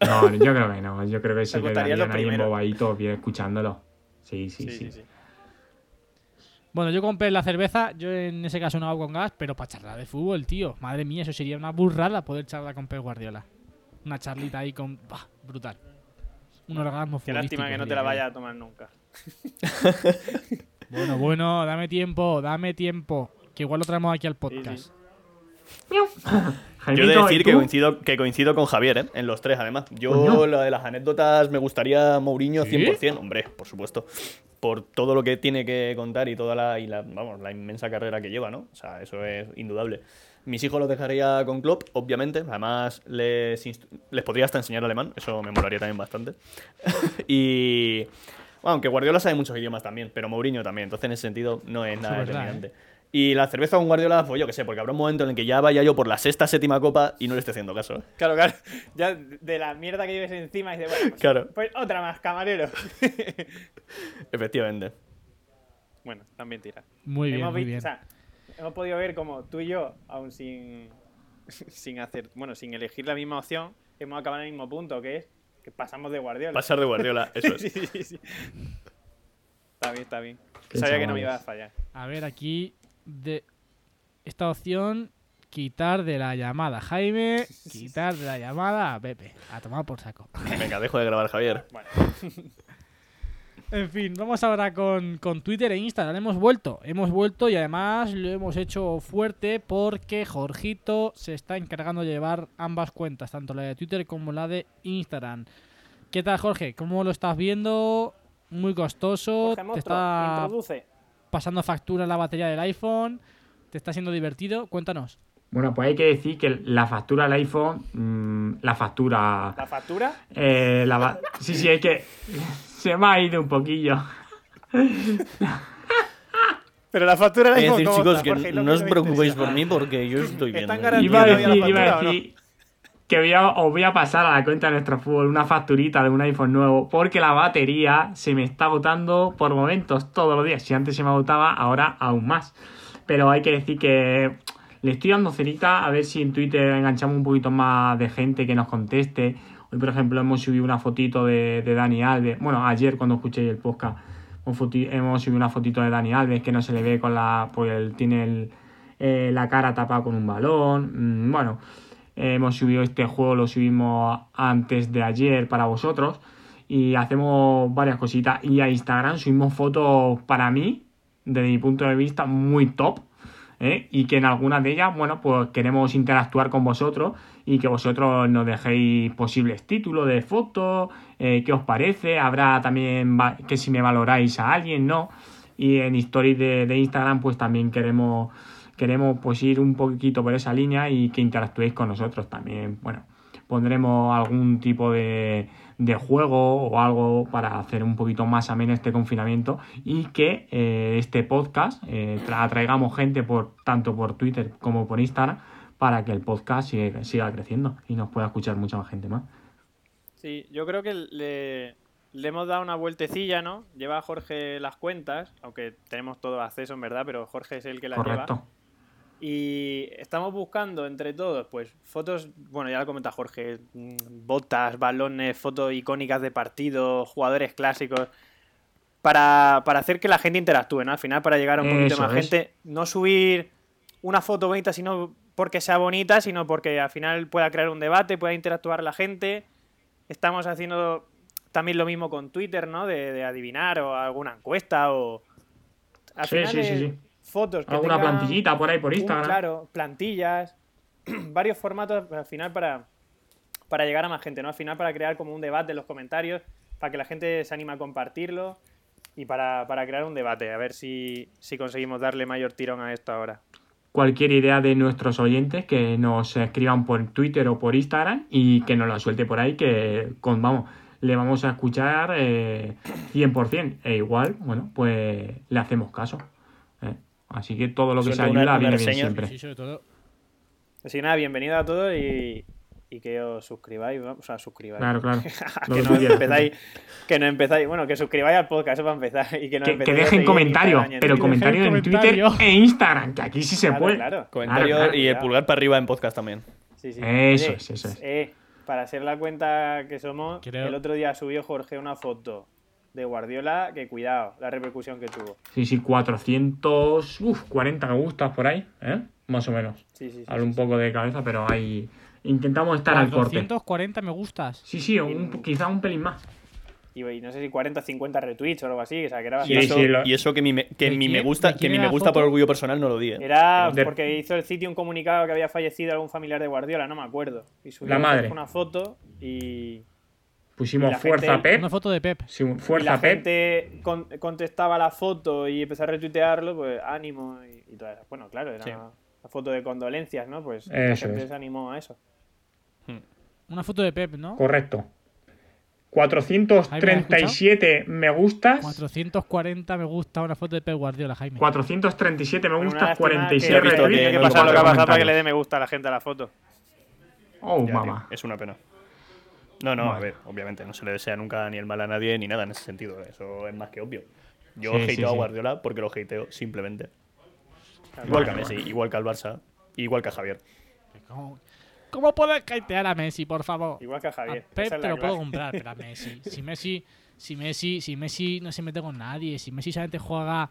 [SPEAKER 3] No, yo creo que no. Yo creo que se
[SPEAKER 5] gustaría
[SPEAKER 3] quedarían
[SPEAKER 5] lo
[SPEAKER 3] ahí
[SPEAKER 5] primero.
[SPEAKER 3] embobaditos bien escuchándolo. Sí, sí, sí.
[SPEAKER 2] Bueno, yo compré la cerveza, yo en ese caso no hago con gas, pero para charlar de fútbol, tío. Madre mía, eso sería una burrada poder charlar con Pep Guardiola. Una charlita ahí con... bah, brutal. Un orgasmo
[SPEAKER 5] Qué
[SPEAKER 2] futbolístico
[SPEAKER 5] lástima que no te
[SPEAKER 2] sería
[SPEAKER 5] la
[SPEAKER 2] ahí.
[SPEAKER 5] vaya a tomar nunca.
[SPEAKER 2] Bueno, bueno, dame tiempo, dame tiempo. Que igual lo traemos aquí al podcast.
[SPEAKER 5] sí.
[SPEAKER 3] Jaimito,
[SPEAKER 4] Yo he de decir
[SPEAKER 3] ¿y
[SPEAKER 4] que
[SPEAKER 3] tú?
[SPEAKER 4] coincido, que coincido con Javier, ¿eh? en los tres además. Yo
[SPEAKER 3] Coño.
[SPEAKER 4] la de las anécdotas me gustaría Mourinho
[SPEAKER 2] ¿Sí?
[SPEAKER 4] 100%, hombre, por supuesto. Por todo lo que tiene que contar y toda la, y la, vamos, la inmensa carrera que lleva, ¿no? O sea, eso es indudable. Mis hijos los dejaría con Klopp, obviamente. Además, les, inst- les podría hasta enseñar alemán, eso me molaría también bastante. [laughs] y... Bueno, aunque Guardiola sabe muchos idiomas también, pero Mourinho también, entonces en ese sentido no es nada
[SPEAKER 2] es verdad,
[SPEAKER 4] determinante.
[SPEAKER 5] ¿eh?
[SPEAKER 4] Y la cerveza con Guardiola, pues yo qué sé, porque habrá un momento en el que ya vaya yo por la sexta, séptima copa y no le esté haciendo caso. ¿eh?
[SPEAKER 5] Claro, claro. [laughs] Ya de la mierda que lleves encima y de bueno, pues,
[SPEAKER 4] Claro.
[SPEAKER 5] pues otra más, camarero. [laughs]
[SPEAKER 4] Efectivamente.
[SPEAKER 5] bueno, también tira.
[SPEAKER 2] Muy bien,
[SPEAKER 5] hemos,
[SPEAKER 2] muy
[SPEAKER 5] vi-
[SPEAKER 2] bien.
[SPEAKER 5] o sea, hemos podido ver como tú y yo, aún sin, [laughs] sin hacer, bueno, sin elegir la misma opción, hemos acabado en el mismo punto, que es que pasamos de Guardiola.
[SPEAKER 4] Pasar de Guardiola, eso
[SPEAKER 5] [laughs] sí,
[SPEAKER 4] es.
[SPEAKER 5] sí, sí. Está bien, está bien.
[SPEAKER 3] Qué
[SPEAKER 5] Sabía que no me
[SPEAKER 3] chavales.
[SPEAKER 5] iba a fallar.
[SPEAKER 2] A ver, aquí de esta opción quitar de la llamada a Jaime, quitar de la llamada a Pepe. A tomar por saco.
[SPEAKER 4] Venga, dejo de grabar,
[SPEAKER 5] [laughs]
[SPEAKER 4] Javier.
[SPEAKER 5] Bueno,
[SPEAKER 2] En fin, vamos ahora con, con Twitter e Instagram. Hemos vuelto, hemos vuelto y además lo hemos hecho fuerte porque Jorgito se está encargando de llevar ambas cuentas, tanto la de Twitter como la de Instagram. ¿Qué tal, Jorge? ¿Cómo lo estás viendo? Muy costoso.
[SPEAKER 5] Jorge
[SPEAKER 2] te
[SPEAKER 5] Monstruo,
[SPEAKER 2] está
[SPEAKER 5] introduce.
[SPEAKER 2] pasando factura a la batería del iPhone. ¿Te está siendo divertido? Cuéntanos.
[SPEAKER 3] Bueno, pues hay que decir que la factura del iPhone, mm, la factura...
[SPEAKER 5] La factura,
[SPEAKER 3] Eh, la va- Sí, sí, es que [laughs] se me ha ido un poquillo.
[SPEAKER 5] pero la factura del
[SPEAKER 4] Es
[SPEAKER 5] iPhone,
[SPEAKER 4] decir,
[SPEAKER 5] ¿cómo
[SPEAKER 4] chicos,
[SPEAKER 5] está,
[SPEAKER 4] que
[SPEAKER 5] Jorge? Lo
[SPEAKER 4] no os
[SPEAKER 5] me
[SPEAKER 4] preocupéis
[SPEAKER 5] interesa.
[SPEAKER 4] por mí porque yo estoy bien.
[SPEAKER 5] Están
[SPEAKER 4] ¿eh?
[SPEAKER 5] garantizando
[SPEAKER 3] Iba a
[SPEAKER 5] Todavía la
[SPEAKER 3] decir, iba a
[SPEAKER 5] factura, ¿o
[SPEAKER 3] decir que voy a- os voy a pasar a la cuenta de nuestro fútbol una facturita de un iPhone nuevo porque la batería se me está agotando por momentos todos los días. Si antes se me agotaba, ahora aún más. Pero hay que decir que le estoy dando cerita a ver si en Twitter enganchamos un poquito más de gente que nos conteste. Hoy, por ejemplo, hemos subido una fotito de, de Dani Alves. Bueno, ayer cuando escuché el podcast hemos foti- hemos subido una fotito de Dani Alves que no se le ve con la... porque él tiene el, eh, la cara tapada con un balón. Mm, Bueno, eh, hemos subido este juego, lo subimos antes de ayer para vosotros. Y hacemos varias cositas. Y a Instagram subimos fotos para mí, desde mi punto de vista, muy top. ¿eh? Y que en algunas de ellas, bueno, pues queremos interactuar con vosotros y que vosotros nos dejéis posibles títulos de fotos, eh, qué os parece. Habrá también va- que si me valoráis a alguien, ¿no? y en stories de, de Instagram pues también queremos queremos pues ir un poquito por esa línea y que interactuéis con nosotros también bueno pondremos algún tipo de, de juego o algo para hacer un poquito más ameno este confinamiento y que eh, este podcast eh, tra- atraigamos gente por tanto por Twitter como por Instagram para que el podcast siga, siga creciendo y nos pueda escuchar mucha más gente más
[SPEAKER 5] Sí, yo creo que le, le hemos dado una vueltecilla, ¿no? Lleva Jorge las cuentas, aunque tenemos todo acceso, en verdad, pero Jorge es el que las lleva.
[SPEAKER 3] correcto
[SPEAKER 5] Y estamos buscando entre todos, pues, fotos, bueno, ya lo comenta Jorge, mm, botas, balones, fotos icónicas de partidos, jugadores clásicos, para, para hacer que la gente interactúe, ¿no? Al final, para llegar a un poquito
[SPEAKER 3] Eso
[SPEAKER 5] más
[SPEAKER 3] es.
[SPEAKER 5] gente, no subir una foto bonita, sino porque sea bonita, sino porque al final pueda crear un debate, pueda interactuar la gente. Estamos haciendo también lo mismo con Twitter, ¿no? De, de adivinar o alguna encuesta o... Al
[SPEAKER 3] Sí,
[SPEAKER 5] final
[SPEAKER 3] sí, sí,
[SPEAKER 5] es
[SPEAKER 3] sí.
[SPEAKER 5] Fotos que
[SPEAKER 3] alguna
[SPEAKER 5] tengan
[SPEAKER 3] plantillita por ahí por
[SPEAKER 5] un-
[SPEAKER 3] Instagram
[SPEAKER 5] Uh, claro, plantillas, [clears throat] varios formatos al final para, para llegar a más gente, ¿no? Al final para crear como un debate en los comentarios, para que la gente se anime a compartirlo y para, para crear un debate, a ver si, si conseguimos darle mayor tirón a esto ahora.
[SPEAKER 3] cualquier idea de nuestros oyentes que nos escriban por Twitter o por Instagram y que nos la suelte por ahí que con vamos le vamos a escuchar eh, 100% e igual bueno pues le hacemos caso ¿eh? así que todo lo que se
[SPEAKER 4] Suelta una-
[SPEAKER 3] ayuda
[SPEAKER 4] una
[SPEAKER 3] viene bien
[SPEAKER 4] reseña.
[SPEAKER 3] siempre
[SPEAKER 2] Sí, sobre todo.
[SPEAKER 5] Así nada, bienvenido a todos y, y que os suscribáis, ¿no? o sea, suscribáis.
[SPEAKER 3] claro claro Lo
[SPEAKER 5] [laughs] que
[SPEAKER 3] que
[SPEAKER 5] no
[SPEAKER 3] tú quieras.
[SPEAKER 5] empezáis, que no empezáis, bueno, que suscribáis al podcast, eso para empezar. Y que, no
[SPEAKER 3] que, que
[SPEAKER 5] empezáis a seguir
[SPEAKER 3] dejen
[SPEAKER 5] en
[SPEAKER 3] comentarios
[SPEAKER 5] Instagram y en
[SPEAKER 3] pero
[SPEAKER 5] Twitter.
[SPEAKER 3] comentarios en Twitter
[SPEAKER 2] comentario.
[SPEAKER 3] e Instagram que aquí sí se
[SPEAKER 5] Claro,
[SPEAKER 3] puede
[SPEAKER 5] claro.
[SPEAKER 4] Comentario
[SPEAKER 3] Claro, claro,
[SPEAKER 4] y el
[SPEAKER 5] claro.
[SPEAKER 4] pulgar para arriba en podcast también.
[SPEAKER 5] Sí, sí.
[SPEAKER 3] Eso es, eso es.
[SPEAKER 5] eh, para hacer la cuenta que somos,
[SPEAKER 2] Creo-
[SPEAKER 5] el otro día subió Jorge una foto de Guardiola, que cuidado, la repercusión que tuvo.
[SPEAKER 3] sí sí 400 uf, 40 me gustas por ahí ¿eh? más o menos
[SPEAKER 5] Sí, sí, sí.
[SPEAKER 3] hablo un poco de cabeza pero ahí intentamos estar al corte
[SPEAKER 2] 240 me gustas.
[SPEAKER 3] Sí, sí, un, quizá un pelín más.
[SPEAKER 5] Y, y no sé si 40 50 retweets o algo así, o sea, que era
[SPEAKER 4] Y
[SPEAKER 3] Sí,
[SPEAKER 4] eso,
[SPEAKER 3] sí, lo-
[SPEAKER 4] y eso que mi me, que
[SPEAKER 2] ¿De
[SPEAKER 4] mi me
[SPEAKER 2] quién-
[SPEAKER 4] gusta,
[SPEAKER 2] de
[SPEAKER 4] que
[SPEAKER 2] quién
[SPEAKER 4] mi
[SPEAKER 2] era
[SPEAKER 4] me
[SPEAKER 2] la
[SPEAKER 4] gusta por
[SPEAKER 2] foto?
[SPEAKER 4] orgullo personal no lo di. eh.
[SPEAKER 5] Era
[SPEAKER 3] De-
[SPEAKER 5] porque hizo el sitio un comunicado que había fallecido algún familiar de Guardiola, no me acuerdo. Y subió
[SPEAKER 3] La madre.
[SPEAKER 5] una foto y, y
[SPEAKER 3] Pusimos
[SPEAKER 5] la
[SPEAKER 3] fuerza
[SPEAKER 5] gente-
[SPEAKER 3] Pep.
[SPEAKER 2] Una foto de Pep.
[SPEAKER 3] sí,
[SPEAKER 5] y la
[SPEAKER 3] fuerza Pep.
[SPEAKER 5] gente con- contestaba la foto y empezó a retuitearlo, pues ánimo y, y todas esas- Bueno, claro, era
[SPEAKER 4] Sí.
[SPEAKER 5] una foto de condolencias, ¿no? Pues la
[SPEAKER 3] Eso
[SPEAKER 5] gente
[SPEAKER 3] es.
[SPEAKER 5] se animó a eso.
[SPEAKER 2] Una foto de Pep, ¿no?
[SPEAKER 3] Correcto. 437 me gustas.
[SPEAKER 2] 440 me gusta una foto de Pep Guardiola, Jaime.
[SPEAKER 3] 437 me
[SPEAKER 5] Bueno, una
[SPEAKER 3] gustas,
[SPEAKER 5] lástima
[SPEAKER 3] 46
[SPEAKER 5] que-
[SPEAKER 4] retweets,
[SPEAKER 5] Tiene
[SPEAKER 3] retweets.
[SPEAKER 5] que
[SPEAKER 4] no
[SPEAKER 5] pasar lo que ha
[SPEAKER 4] cuatro
[SPEAKER 5] pasado para que le dé me gusta a la gente a la foto.
[SPEAKER 3] Oh,
[SPEAKER 4] Ya,
[SPEAKER 3] mamá.
[SPEAKER 4] tío, es una pena. No, no, a ver, obviamente, no se le desea nunca ni el mal a nadie ni nada en ese sentido. ¿eh? Eso es más que obvio. Yo
[SPEAKER 3] Sí,
[SPEAKER 4] hateo
[SPEAKER 3] sí,
[SPEAKER 4] a
[SPEAKER 3] sí.
[SPEAKER 4] Guardiola porque lo hateo simplemente. Igual que a Messi, igual que al Barça, igual que a Javier.
[SPEAKER 2] ¿Cómo, cómo puedes caitear a Messi, por favor?
[SPEAKER 5] Igual que a Javier.
[SPEAKER 2] A Pep
[SPEAKER 5] esa es
[SPEAKER 2] te
[SPEAKER 5] la
[SPEAKER 2] lo puedo
[SPEAKER 5] clave.
[SPEAKER 2] comprar, Ah, pero a Messi. Si Messi, si Messi, si Messi no se mete con nadie, si Messi solamente juega,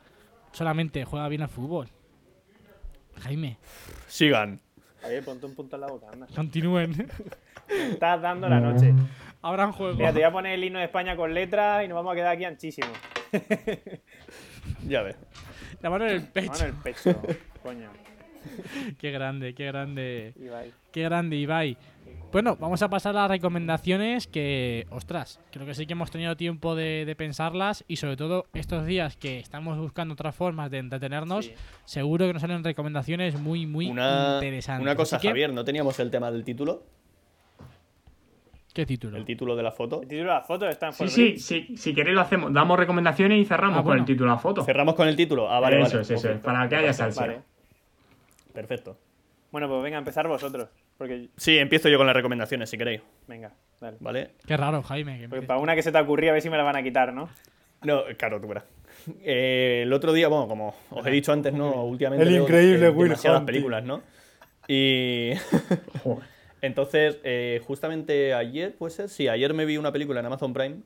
[SPEAKER 2] solamente juega bien al fútbol. Jaime,
[SPEAKER 4] Sigan.
[SPEAKER 5] Javier, ponte un punto en la boca, anda.
[SPEAKER 2] continúen. [laughs]
[SPEAKER 5] Estás dando la noche.
[SPEAKER 2] Habrán juego.
[SPEAKER 5] Mira, te voy a poner el himno de España con letras y nos vamos a quedar aquí anchísimos.
[SPEAKER 4] Ya ves.
[SPEAKER 2] La mano en el
[SPEAKER 5] Me
[SPEAKER 2] pecho.
[SPEAKER 5] Mano en el pecho, coño.
[SPEAKER 2] Qué grande, qué grande.
[SPEAKER 5] Ibai.
[SPEAKER 2] Qué grande, Ibai. Bueno, vamos a pasar a las recomendaciones que, ostras, creo que sí que hemos tenido tiempo de, de pensarlas y sobre todo estos días que estamos buscando otras formas de entretenernos, seguro que nos salen recomendaciones muy, muy
[SPEAKER 4] Una,
[SPEAKER 2] interesantes.
[SPEAKER 4] una cosa,
[SPEAKER 2] Así que,
[SPEAKER 4] Javier, no teníamos el tema del título,
[SPEAKER 2] ¿Qué título?
[SPEAKER 4] el título de la foto.
[SPEAKER 5] El título de la foto está en
[SPEAKER 3] Sí,
[SPEAKER 5] Fortnite.
[SPEAKER 3] sí, sí, si queréis lo hacemos. Damos recomendaciones y cerramos
[SPEAKER 2] Ah,
[SPEAKER 3] con
[SPEAKER 2] bueno.
[SPEAKER 3] el título a foto.
[SPEAKER 4] Cerramos con el título. Ah, vale,
[SPEAKER 3] eso
[SPEAKER 4] vale.
[SPEAKER 3] es, eso es,
[SPEAKER 4] perfecto.
[SPEAKER 3] para que haya salsa.
[SPEAKER 5] Vale.
[SPEAKER 4] Perfecto.
[SPEAKER 5] Bueno, pues venga, empezar vosotros. Porque,
[SPEAKER 4] Sí, empiezo yo con las recomendaciones, si queréis,
[SPEAKER 5] venga, dale.
[SPEAKER 4] ¿vale?
[SPEAKER 2] Qué raro, Jaime. que
[SPEAKER 5] Porque
[SPEAKER 2] empieces.
[SPEAKER 5] para una que se te ocurría, a ver si me la van a quitar, ¿no?
[SPEAKER 4] No, claro, tú verás. Eh, el otro día, bueno, como os he dicho antes, ¿no? Últimamente.
[SPEAKER 7] El
[SPEAKER 4] veo
[SPEAKER 7] increíble
[SPEAKER 4] de-
[SPEAKER 7] Will
[SPEAKER 4] demasiadas
[SPEAKER 7] Hunting.
[SPEAKER 4] películas, ¿no? Y. Entonces, eh, justamente ayer, puede ser, sí, ayer me vi una película en Amazon Prime,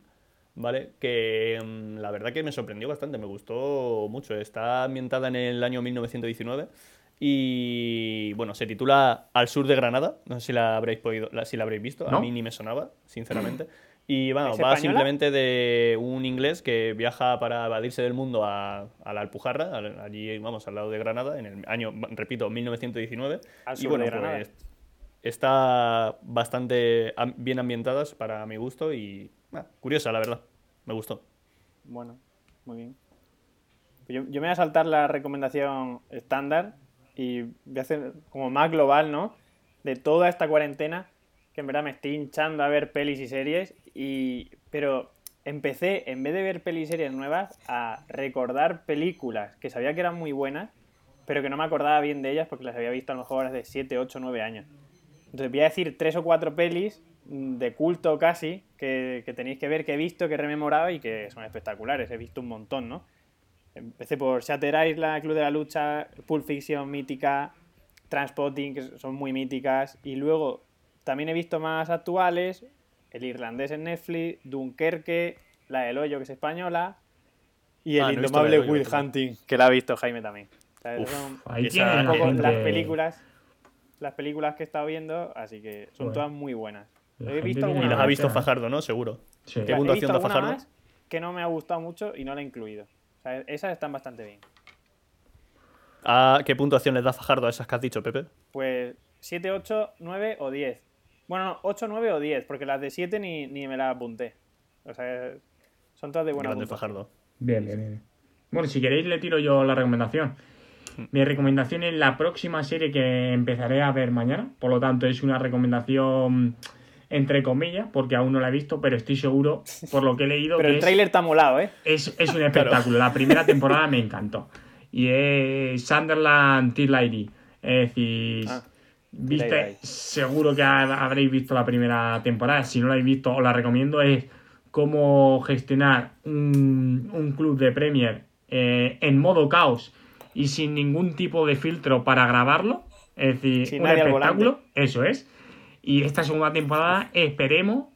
[SPEAKER 4] ¿vale? Que mm, la verdad que me sorprendió bastante, me gustó mucho. Está ambientada en el año 1919 y, bueno, se titula Al sur de Granada. No sé si la habréis, podido, la- si la habréis visto, a
[SPEAKER 3] No.
[SPEAKER 4] mí ni me sonaba, sinceramente. Y, bueno,
[SPEAKER 5] ¿Es
[SPEAKER 4] va
[SPEAKER 5] española?
[SPEAKER 4] simplemente de un inglés que viaja para evadirse del mundo a, a la Alpujarra, al- allí, vamos, al lado de Granada, en el año, repito, 1919.
[SPEAKER 5] Al
[SPEAKER 4] Y,
[SPEAKER 5] sur
[SPEAKER 4] bueno,
[SPEAKER 5] de Granada.
[SPEAKER 4] pues, está bastante am- bien ambientadas para mi gusto y ah, curiosa, la verdad. Me gustó.
[SPEAKER 5] Bueno, muy bien. Pues Yo, yo me voy a saltar la recomendación estándar y voy a hacer como más global, ¿no? De toda esta cuarentena, que en verdad me estoy hinchando a ver pelis y series, y, pero empecé, en vez de ver pelis y series nuevas, a recordar películas que sabía que eran muy buenas, pero que no me acordaba bien de ellas porque las había visto a lo mejor hace 7, 8, 9 años. Entonces voy a decir tres o cuatro pelis mm, de culto casi que, que tenéis que ver, que he visto, que he rememorado y que son espectaculares. He visto un montón, ¿no? Empecé por Shatter Island, Club de la Lucha, Pulp Fiction, mítica, Transpotting, que son muy míticas. Y luego también he visto más actuales, El Irlandés en Netflix, Dunkerque, La del Hoyo, que es española, y El
[SPEAKER 4] Ah, no he visto La
[SPEAKER 5] Indomable
[SPEAKER 4] del Hoyo,
[SPEAKER 5] Will
[SPEAKER 4] yo tampoco.
[SPEAKER 5] Hunting, que la ha visto Jaime también. O sea,
[SPEAKER 4] Uf,
[SPEAKER 5] son-
[SPEAKER 3] Ahí
[SPEAKER 4] Esa-
[SPEAKER 3] tienen la
[SPEAKER 5] poco
[SPEAKER 3] gente-
[SPEAKER 5] las películas las películas que he estado viendo, así que son
[SPEAKER 3] Joder.
[SPEAKER 5] todas muy buenas.
[SPEAKER 3] La
[SPEAKER 5] He
[SPEAKER 3] gente
[SPEAKER 5] visto
[SPEAKER 3] tiene
[SPEAKER 5] alguna
[SPEAKER 4] Y las
[SPEAKER 3] Ah,
[SPEAKER 4] ha
[SPEAKER 5] más.
[SPEAKER 4] visto
[SPEAKER 3] claro.
[SPEAKER 4] Fajardo, ¿no? Seguro.
[SPEAKER 3] Sí.
[SPEAKER 4] ¿Qué
[SPEAKER 5] He
[SPEAKER 4] puntuación
[SPEAKER 5] visto
[SPEAKER 4] da
[SPEAKER 5] alguna
[SPEAKER 4] Fajardo?
[SPEAKER 5] más que no me ha gustado mucho y no la he incluido. O sea, esas están bastante bien.
[SPEAKER 4] Ah, ¿Qué puntuación les da Fajardo a esas que has dicho, Pepe?
[SPEAKER 5] Pues 7, 8, 9 o 10. Bueno, no, 8, 9 o 10, porque las de 7 ni, ni me las apunté. O sea, son todas de buena
[SPEAKER 4] Grande
[SPEAKER 5] puntuación.
[SPEAKER 4] Fajardo.
[SPEAKER 3] Bien, bien, bien. Bueno, si queréis le tiro yo la recomendación.
[SPEAKER 5] Mm.
[SPEAKER 3] Mi recomendación es la próxima serie que empezaré a ver mañana. Por lo tanto, es una recomendación entre comillas, porque aún no la he visto, pero estoy
[SPEAKER 5] [laughs]
[SPEAKER 3] seguro, por lo que he leído,
[SPEAKER 5] Pero
[SPEAKER 3] que
[SPEAKER 5] el
[SPEAKER 3] es-
[SPEAKER 5] tráiler está molado, ¿eh?
[SPEAKER 3] es,
[SPEAKER 5] [laughs]
[SPEAKER 3] es un espectáculo. La primera temporada me encantó. Y es Sunderland Till Lady. Es decir,
[SPEAKER 5] Ah, Till Lady.
[SPEAKER 3] viste, seguro que ha- habréis visto la primera temporada. Si no la habéis visto, os la recomiendo. Es cómo gestionar un, un club de Premier eh, en modo caos y sin ningún tipo de filtro para grabarlo. Es decir,
[SPEAKER 5] Sin
[SPEAKER 3] un
[SPEAKER 5] nadie al
[SPEAKER 3] espectáculo. Eso es. Y esta segunda temporada esperemos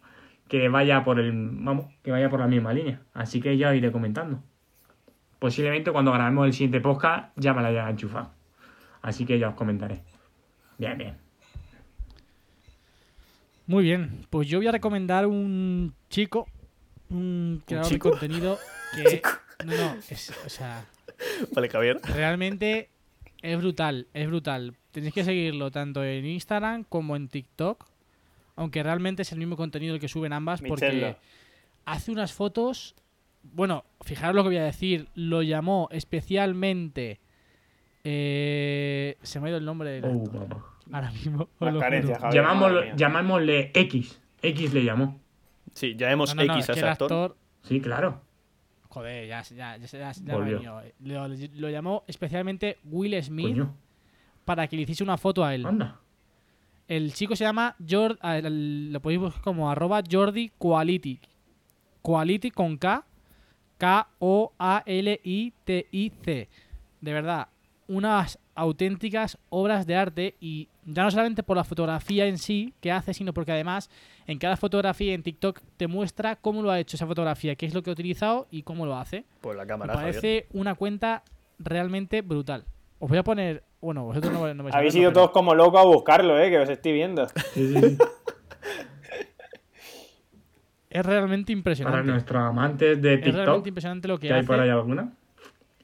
[SPEAKER 3] que vaya por el vamos que vaya por la misma línea así que ya os iré comentando posiblemente cuando grabemos el siguiente podcast ya me la haya enchufado así que ya os comentaré bien bien
[SPEAKER 2] Muy bien, pues yo voy a recomendar un chico, un creador
[SPEAKER 4] chico?
[SPEAKER 2] de
[SPEAKER 4] [laughs]
[SPEAKER 2] contenido que... No, no, es, o sea,
[SPEAKER 4] Vale, Javier.
[SPEAKER 2] Realmente es brutal, es brutal. Tenéis que seguirlo tanto en Instagram como en TikTok. Aunque realmente es el mismo contenido el que suben ambas
[SPEAKER 5] Michelo.
[SPEAKER 2] porque hace unas fotos... Bueno, fijaros lo que voy a decir. Lo llamó especialmente... eh, se me ha ido el nombre del
[SPEAKER 3] Oh,
[SPEAKER 2] actor.
[SPEAKER 3] mamá.
[SPEAKER 2] Ahora mismo. os
[SPEAKER 5] Las
[SPEAKER 2] lo
[SPEAKER 5] carencias,
[SPEAKER 2] juro.
[SPEAKER 5] Javier,
[SPEAKER 3] Llamámoslo-
[SPEAKER 5] madre mía.
[SPEAKER 3] llamámosle X X le llamó
[SPEAKER 4] Sí, ya hemos
[SPEAKER 2] No, no, no, es
[SPEAKER 4] X a
[SPEAKER 2] que
[SPEAKER 4] ese
[SPEAKER 2] el
[SPEAKER 4] actor.
[SPEAKER 2] actor
[SPEAKER 3] sí claro
[SPEAKER 2] Joder, ya, ya, ya, ya- ya me ha
[SPEAKER 3] Volvió.
[SPEAKER 2] venido. Lo, lo llamó especialmente Will Smith
[SPEAKER 3] coño
[SPEAKER 2] para que le hiciese una foto a él.
[SPEAKER 3] anda
[SPEAKER 2] El chico se llama Jordi, lo podéis buscar como arroba Jordi Quality. Quality con K. K-O-A-L-I-T-I-C. De verdad, unas auténticas obras de arte y ya no solamente por la fotografía en sí que hace, sino porque además en cada fotografía en TikTok te muestra cómo lo ha hecho esa fotografía, qué es lo que ha utilizado y cómo lo hace.
[SPEAKER 4] Por la
[SPEAKER 2] Me
[SPEAKER 4] cámara, Javier.
[SPEAKER 2] parece una cuenta realmente brutal. Os voy a poner, bueno, vosotros no,
[SPEAKER 3] pues
[SPEAKER 2] no vais a
[SPEAKER 5] Habéis
[SPEAKER 2] verlo,
[SPEAKER 5] ido
[SPEAKER 2] pero-
[SPEAKER 5] todos como locos a buscarlo, ¿eh? Que os estoy viendo.
[SPEAKER 3] [laughs] Sí, sí, sí.
[SPEAKER 2] Es realmente impresionante.
[SPEAKER 3] para nuestros amantes de
[SPEAKER 2] Es realmente
[SPEAKER 3] TikTok
[SPEAKER 2] impresionante lo que,
[SPEAKER 3] que hay
[SPEAKER 2] hace.
[SPEAKER 3] por ahí alguna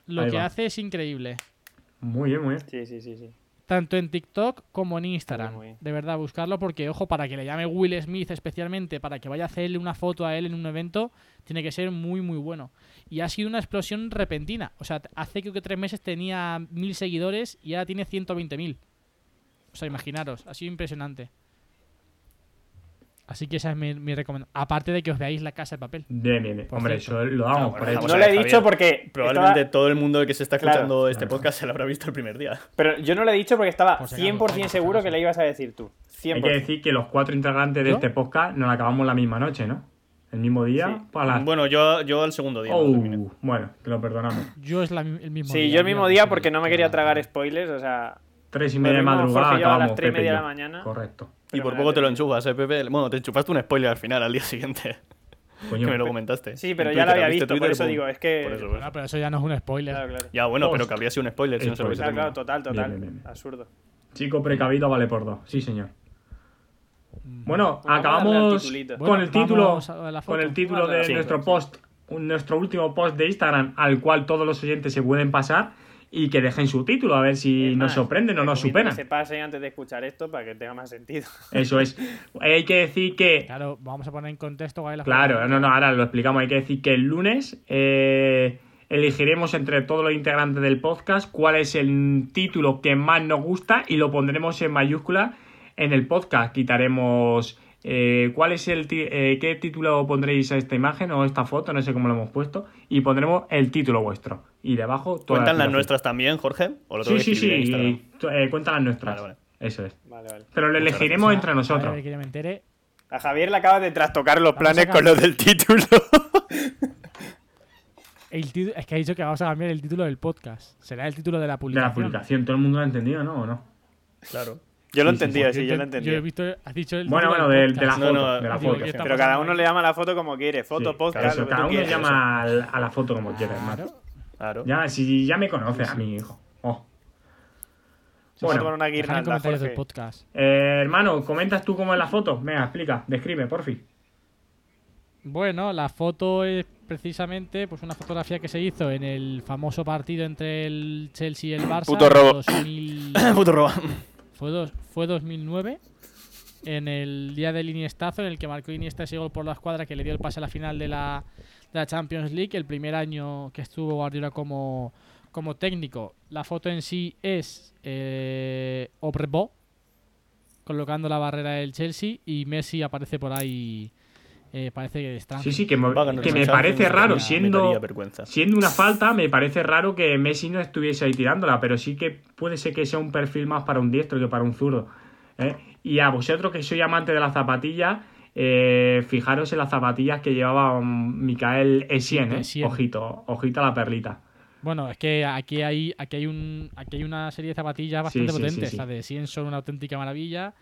[SPEAKER 2] Lo
[SPEAKER 3] Ahí
[SPEAKER 2] que
[SPEAKER 3] va.
[SPEAKER 2] hace es increíble.
[SPEAKER 3] muy bien muy bien
[SPEAKER 5] Sí, sí, sí, sí.
[SPEAKER 2] tanto en TikTok como en Instagram.
[SPEAKER 5] Muy bien.
[SPEAKER 2] De verdad, buscarlo porque, ojo, para que le llame Will Smith especialmente, para que vaya a hacerle una foto a él en un evento, tiene que ser muy, muy bueno. Y ha sido una explosión repentina. O sea, t- hace creo que tres meses tenía mil seguidores y ahora tiene 120.000. O sea, imaginaros, ha sido impresionante. Así que esa es mi, mi recomendación. Aparte de que os veáis la casa de papel.
[SPEAKER 3] Bien, bien, bien.
[SPEAKER 2] Por
[SPEAKER 3] Hombre,
[SPEAKER 2] cierto.
[SPEAKER 3] eso lo damos
[SPEAKER 4] Ah,
[SPEAKER 3] por
[SPEAKER 4] bueno,
[SPEAKER 3] hecho.
[SPEAKER 4] vamos
[SPEAKER 5] No
[SPEAKER 4] a
[SPEAKER 5] lo he
[SPEAKER 4] ver,
[SPEAKER 5] dicho
[SPEAKER 4] Javier.
[SPEAKER 5] porque.
[SPEAKER 4] Probablemente
[SPEAKER 5] estaba-
[SPEAKER 4] todo el mundo que se está
[SPEAKER 5] Claro.
[SPEAKER 4] escuchando este podcast se lo habrá visto el primer día.
[SPEAKER 5] Pero yo no lo he dicho porque estaba
[SPEAKER 2] Por si acaso,
[SPEAKER 5] 100%
[SPEAKER 2] por si
[SPEAKER 5] seguro
[SPEAKER 2] acaso.
[SPEAKER 5] que le ibas a decir tú. 100%.
[SPEAKER 3] Hay que decir que los cuatro integrantes de
[SPEAKER 2] ¿Yo?
[SPEAKER 3] este podcast nos la acabamos la misma noche, ¿no? El mismo día.
[SPEAKER 5] Sí.
[SPEAKER 3] para las-
[SPEAKER 4] Bueno, yo, yo al segundo día. no
[SPEAKER 3] Oh,
[SPEAKER 4] terminé.
[SPEAKER 3] bueno, te lo perdonamos.
[SPEAKER 2] Yo es la mi- el mismo día.
[SPEAKER 5] Sí, yo el mismo
[SPEAKER 2] mira,
[SPEAKER 5] día
[SPEAKER 2] sí,
[SPEAKER 5] porque no me
[SPEAKER 2] sí,
[SPEAKER 5] quería
[SPEAKER 2] sí.
[SPEAKER 5] tragar spoilers, o sea.
[SPEAKER 3] Tres y media de
[SPEAKER 5] Dormimos
[SPEAKER 3] madrugada
[SPEAKER 5] Jorge y yo a las
[SPEAKER 3] acabamos,
[SPEAKER 5] tres y
[SPEAKER 3] Pepe y
[SPEAKER 5] media de
[SPEAKER 3] yo.
[SPEAKER 5] la mañana.
[SPEAKER 3] Correcto.
[SPEAKER 4] Y por
[SPEAKER 5] Fenomenal,
[SPEAKER 4] poco te
[SPEAKER 5] Pepe.
[SPEAKER 4] lo enchufas, ¿eh, Pepe? Bueno, te enchufaste un spoiler al final, al día siguiente. [laughs]
[SPEAKER 3] Coño,
[SPEAKER 4] que me lo comentaste.
[SPEAKER 5] Sí, pero
[SPEAKER 4] En
[SPEAKER 5] ya lo
[SPEAKER 4] Twitter,
[SPEAKER 5] había
[SPEAKER 4] ¿abriste
[SPEAKER 5] visto, por
[SPEAKER 4] Twitter?
[SPEAKER 5] eso
[SPEAKER 4] Pum.
[SPEAKER 5] digo, es que-
[SPEAKER 4] Por eso, pues. por
[SPEAKER 2] Bueno,
[SPEAKER 4] eso.
[SPEAKER 2] pero eso ya no es un spoiler.
[SPEAKER 5] Claro, claro.
[SPEAKER 4] Ya, bueno,
[SPEAKER 3] Post.
[SPEAKER 4] pero que habría sido un spoiler si no se lo hubiese
[SPEAKER 5] Claro, claro, total, total.
[SPEAKER 3] Bien, bien, bien.
[SPEAKER 5] Absurdo.
[SPEAKER 3] Chico precavido vale por dos. Sí, señor. Bueno,
[SPEAKER 5] Vamos a darle al
[SPEAKER 3] acabamos
[SPEAKER 5] titulito.
[SPEAKER 3] con el título,
[SPEAKER 2] Mm. vamos a la foto.
[SPEAKER 3] con el título
[SPEAKER 5] Vamos a la
[SPEAKER 3] de
[SPEAKER 5] foto.
[SPEAKER 3] nuestro post, un- nuestro último post de Instagram, al cual todos los oyentes se pueden pasar y que dejen su título, a ver si
[SPEAKER 5] Es
[SPEAKER 3] nos
[SPEAKER 5] más,
[SPEAKER 3] sorprenden o nos superan.
[SPEAKER 5] recomiendo Que se pase antes de escuchar esto para que tenga más sentido. [laughs]
[SPEAKER 3] Eso es. Hay que decir que
[SPEAKER 2] Claro, vamos a poner en contexto cuál es la
[SPEAKER 3] Claro,
[SPEAKER 2] foto.
[SPEAKER 3] no, no, ahora lo explicamos. Hay que decir que el lunes eh, elegiremos entre todos los integrantes del podcast cuál es el título que más nos gusta y lo pondremos en mayúscula en el podcast. Quitaremos eh, cuál es el ti- eh, qué título pondréis a esta imagen o esta foto, no sé cómo lo hemos puesto, y pondremos el título vuestro. Y debajo todas
[SPEAKER 4] ¿Cuentan las
[SPEAKER 3] explicación.
[SPEAKER 4] nuestras también, Jorge? ¿O lo tengo
[SPEAKER 3] Sí,
[SPEAKER 4] que
[SPEAKER 3] sí, sí.
[SPEAKER 4] escribir en Instagram?
[SPEAKER 3] y, eh, cuentan las nuestras.
[SPEAKER 4] Vale, vale.
[SPEAKER 3] Eso es.
[SPEAKER 5] Vale, vale.
[SPEAKER 3] Pero lo
[SPEAKER 4] Muchas
[SPEAKER 3] elegiremos
[SPEAKER 2] Ah,
[SPEAKER 3] entre
[SPEAKER 2] a
[SPEAKER 3] nosotros.
[SPEAKER 2] ver, que yo me entere.
[SPEAKER 5] A Javier le acabas de trastocar los
[SPEAKER 2] Vamos a
[SPEAKER 5] planes con
[SPEAKER 2] cambiar.
[SPEAKER 5] los.
[SPEAKER 4] Lo [laughs] del título.
[SPEAKER 2] El título- es que ha dicho que vamos a cambiar el título del podcast. Será el título de la
[SPEAKER 3] De
[SPEAKER 2] publicación.
[SPEAKER 3] la publicación, todo el mundo lo ha entendido, ¿no? ¿O no?
[SPEAKER 4] claro.
[SPEAKER 5] Yo lo
[SPEAKER 3] Sí, sí,
[SPEAKER 5] entendía,
[SPEAKER 2] Yo
[SPEAKER 5] sí, yo lo
[SPEAKER 2] enten- Yo he
[SPEAKER 5] entendía.
[SPEAKER 2] visto, has dicho el
[SPEAKER 3] Bueno,
[SPEAKER 2] título
[SPEAKER 3] bueno,
[SPEAKER 2] del
[SPEAKER 3] del- de la
[SPEAKER 2] podcast.
[SPEAKER 3] foto.
[SPEAKER 4] No, no,
[SPEAKER 3] de la
[SPEAKER 2] digo,
[SPEAKER 3] foto.
[SPEAKER 2] ¿qué está
[SPEAKER 5] Pero cada uno le llama a la foto como quiere, foto,
[SPEAKER 3] Sí,
[SPEAKER 5] podcast,
[SPEAKER 3] claro, eso,
[SPEAKER 5] lo que
[SPEAKER 3] cada
[SPEAKER 5] tú
[SPEAKER 3] uno
[SPEAKER 5] quieras.
[SPEAKER 3] llama al- a la foto como quiera, hermano.
[SPEAKER 4] Claro.
[SPEAKER 3] Ya, si ya me conoces a mí, hijo. Oh.
[SPEAKER 5] Se va a tomar
[SPEAKER 3] Bueno,
[SPEAKER 5] una
[SPEAKER 2] Dejad en
[SPEAKER 5] guirnalda,
[SPEAKER 2] comentarios del
[SPEAKER 5] Jorge.
[SPEAKER 2] podcast.
[SPEAKER 3] eh, hermano, ¿comentas tú cómo es la foto? Venga, explica, describe, por fin.
[SPEAKER 2] Bueno, la foto es precisamente pues una fotografía que se hizo en el famoso partido entre el
[SPEAKER 5] [coughs]
[SPEAKER 2] Chelsea y el Barça.
[SPEAKER 4] Puto robo.
[SPEAKER 2] en 2000
[SPEAKER 4] [laughs] Puto roba.
[SPEAKER 2] fue, dos, fue 2009, en el día del Iniestazo, en el que marcó Iniesta ese gol por la escuadra que le dio el pase a la final de la, de la Champions League, el primer año que estuvo Guardiola como, como técnico. La foto en sí es eh, Obrebo, colocando la barrera del Chelsea, y Messi aparece por ahí, eh, parece que está.
[SPEAKER 3] Sí, sí, que me,
[SPEAKER 4] Ah, Va a ganar
[SPEAKER 3] que
[SPEAKER 4] el
[SPEAKER 3] me
[SPEAKER 4] Chelsea,
[SPEAKER 3] parece
[SPEAKER 4] me
[SPEAKER 3] raro,
[SPEAKER 4] daría- me daría
[SPEAKER 3] siendo,
[SPEAKER 4] vergüenza.
[SPEAKER 3] siendo una falta, me parece raro que Messi no estuviese ahí tirándola, pero sí que puede ser que sea un perfil más para un diestro que para un zurdo. ¿eh? Y a vosotros que sois amantes de las zapatillas, eh, fijaros en las zapatillas que llevaba mm, Micael Essien, ¿eh?
[SPEAKER 2] Essien.
[SPEAKER 3] Ojito, ojito a la perlita.
[SPEAKER 2] Bueno, es que aquí hay, aquí hay un, aquí hay una serie de zapatillas
[SPEAKER 3] Sí, sí,
[SPEAKER 2] bastante
[SPEAKER 3] sí,
[SPEAKER 2] potentes.
[SPEAKER 3] sí.
[SPEAKER 2] Las de 100 son una auténtica maravilla.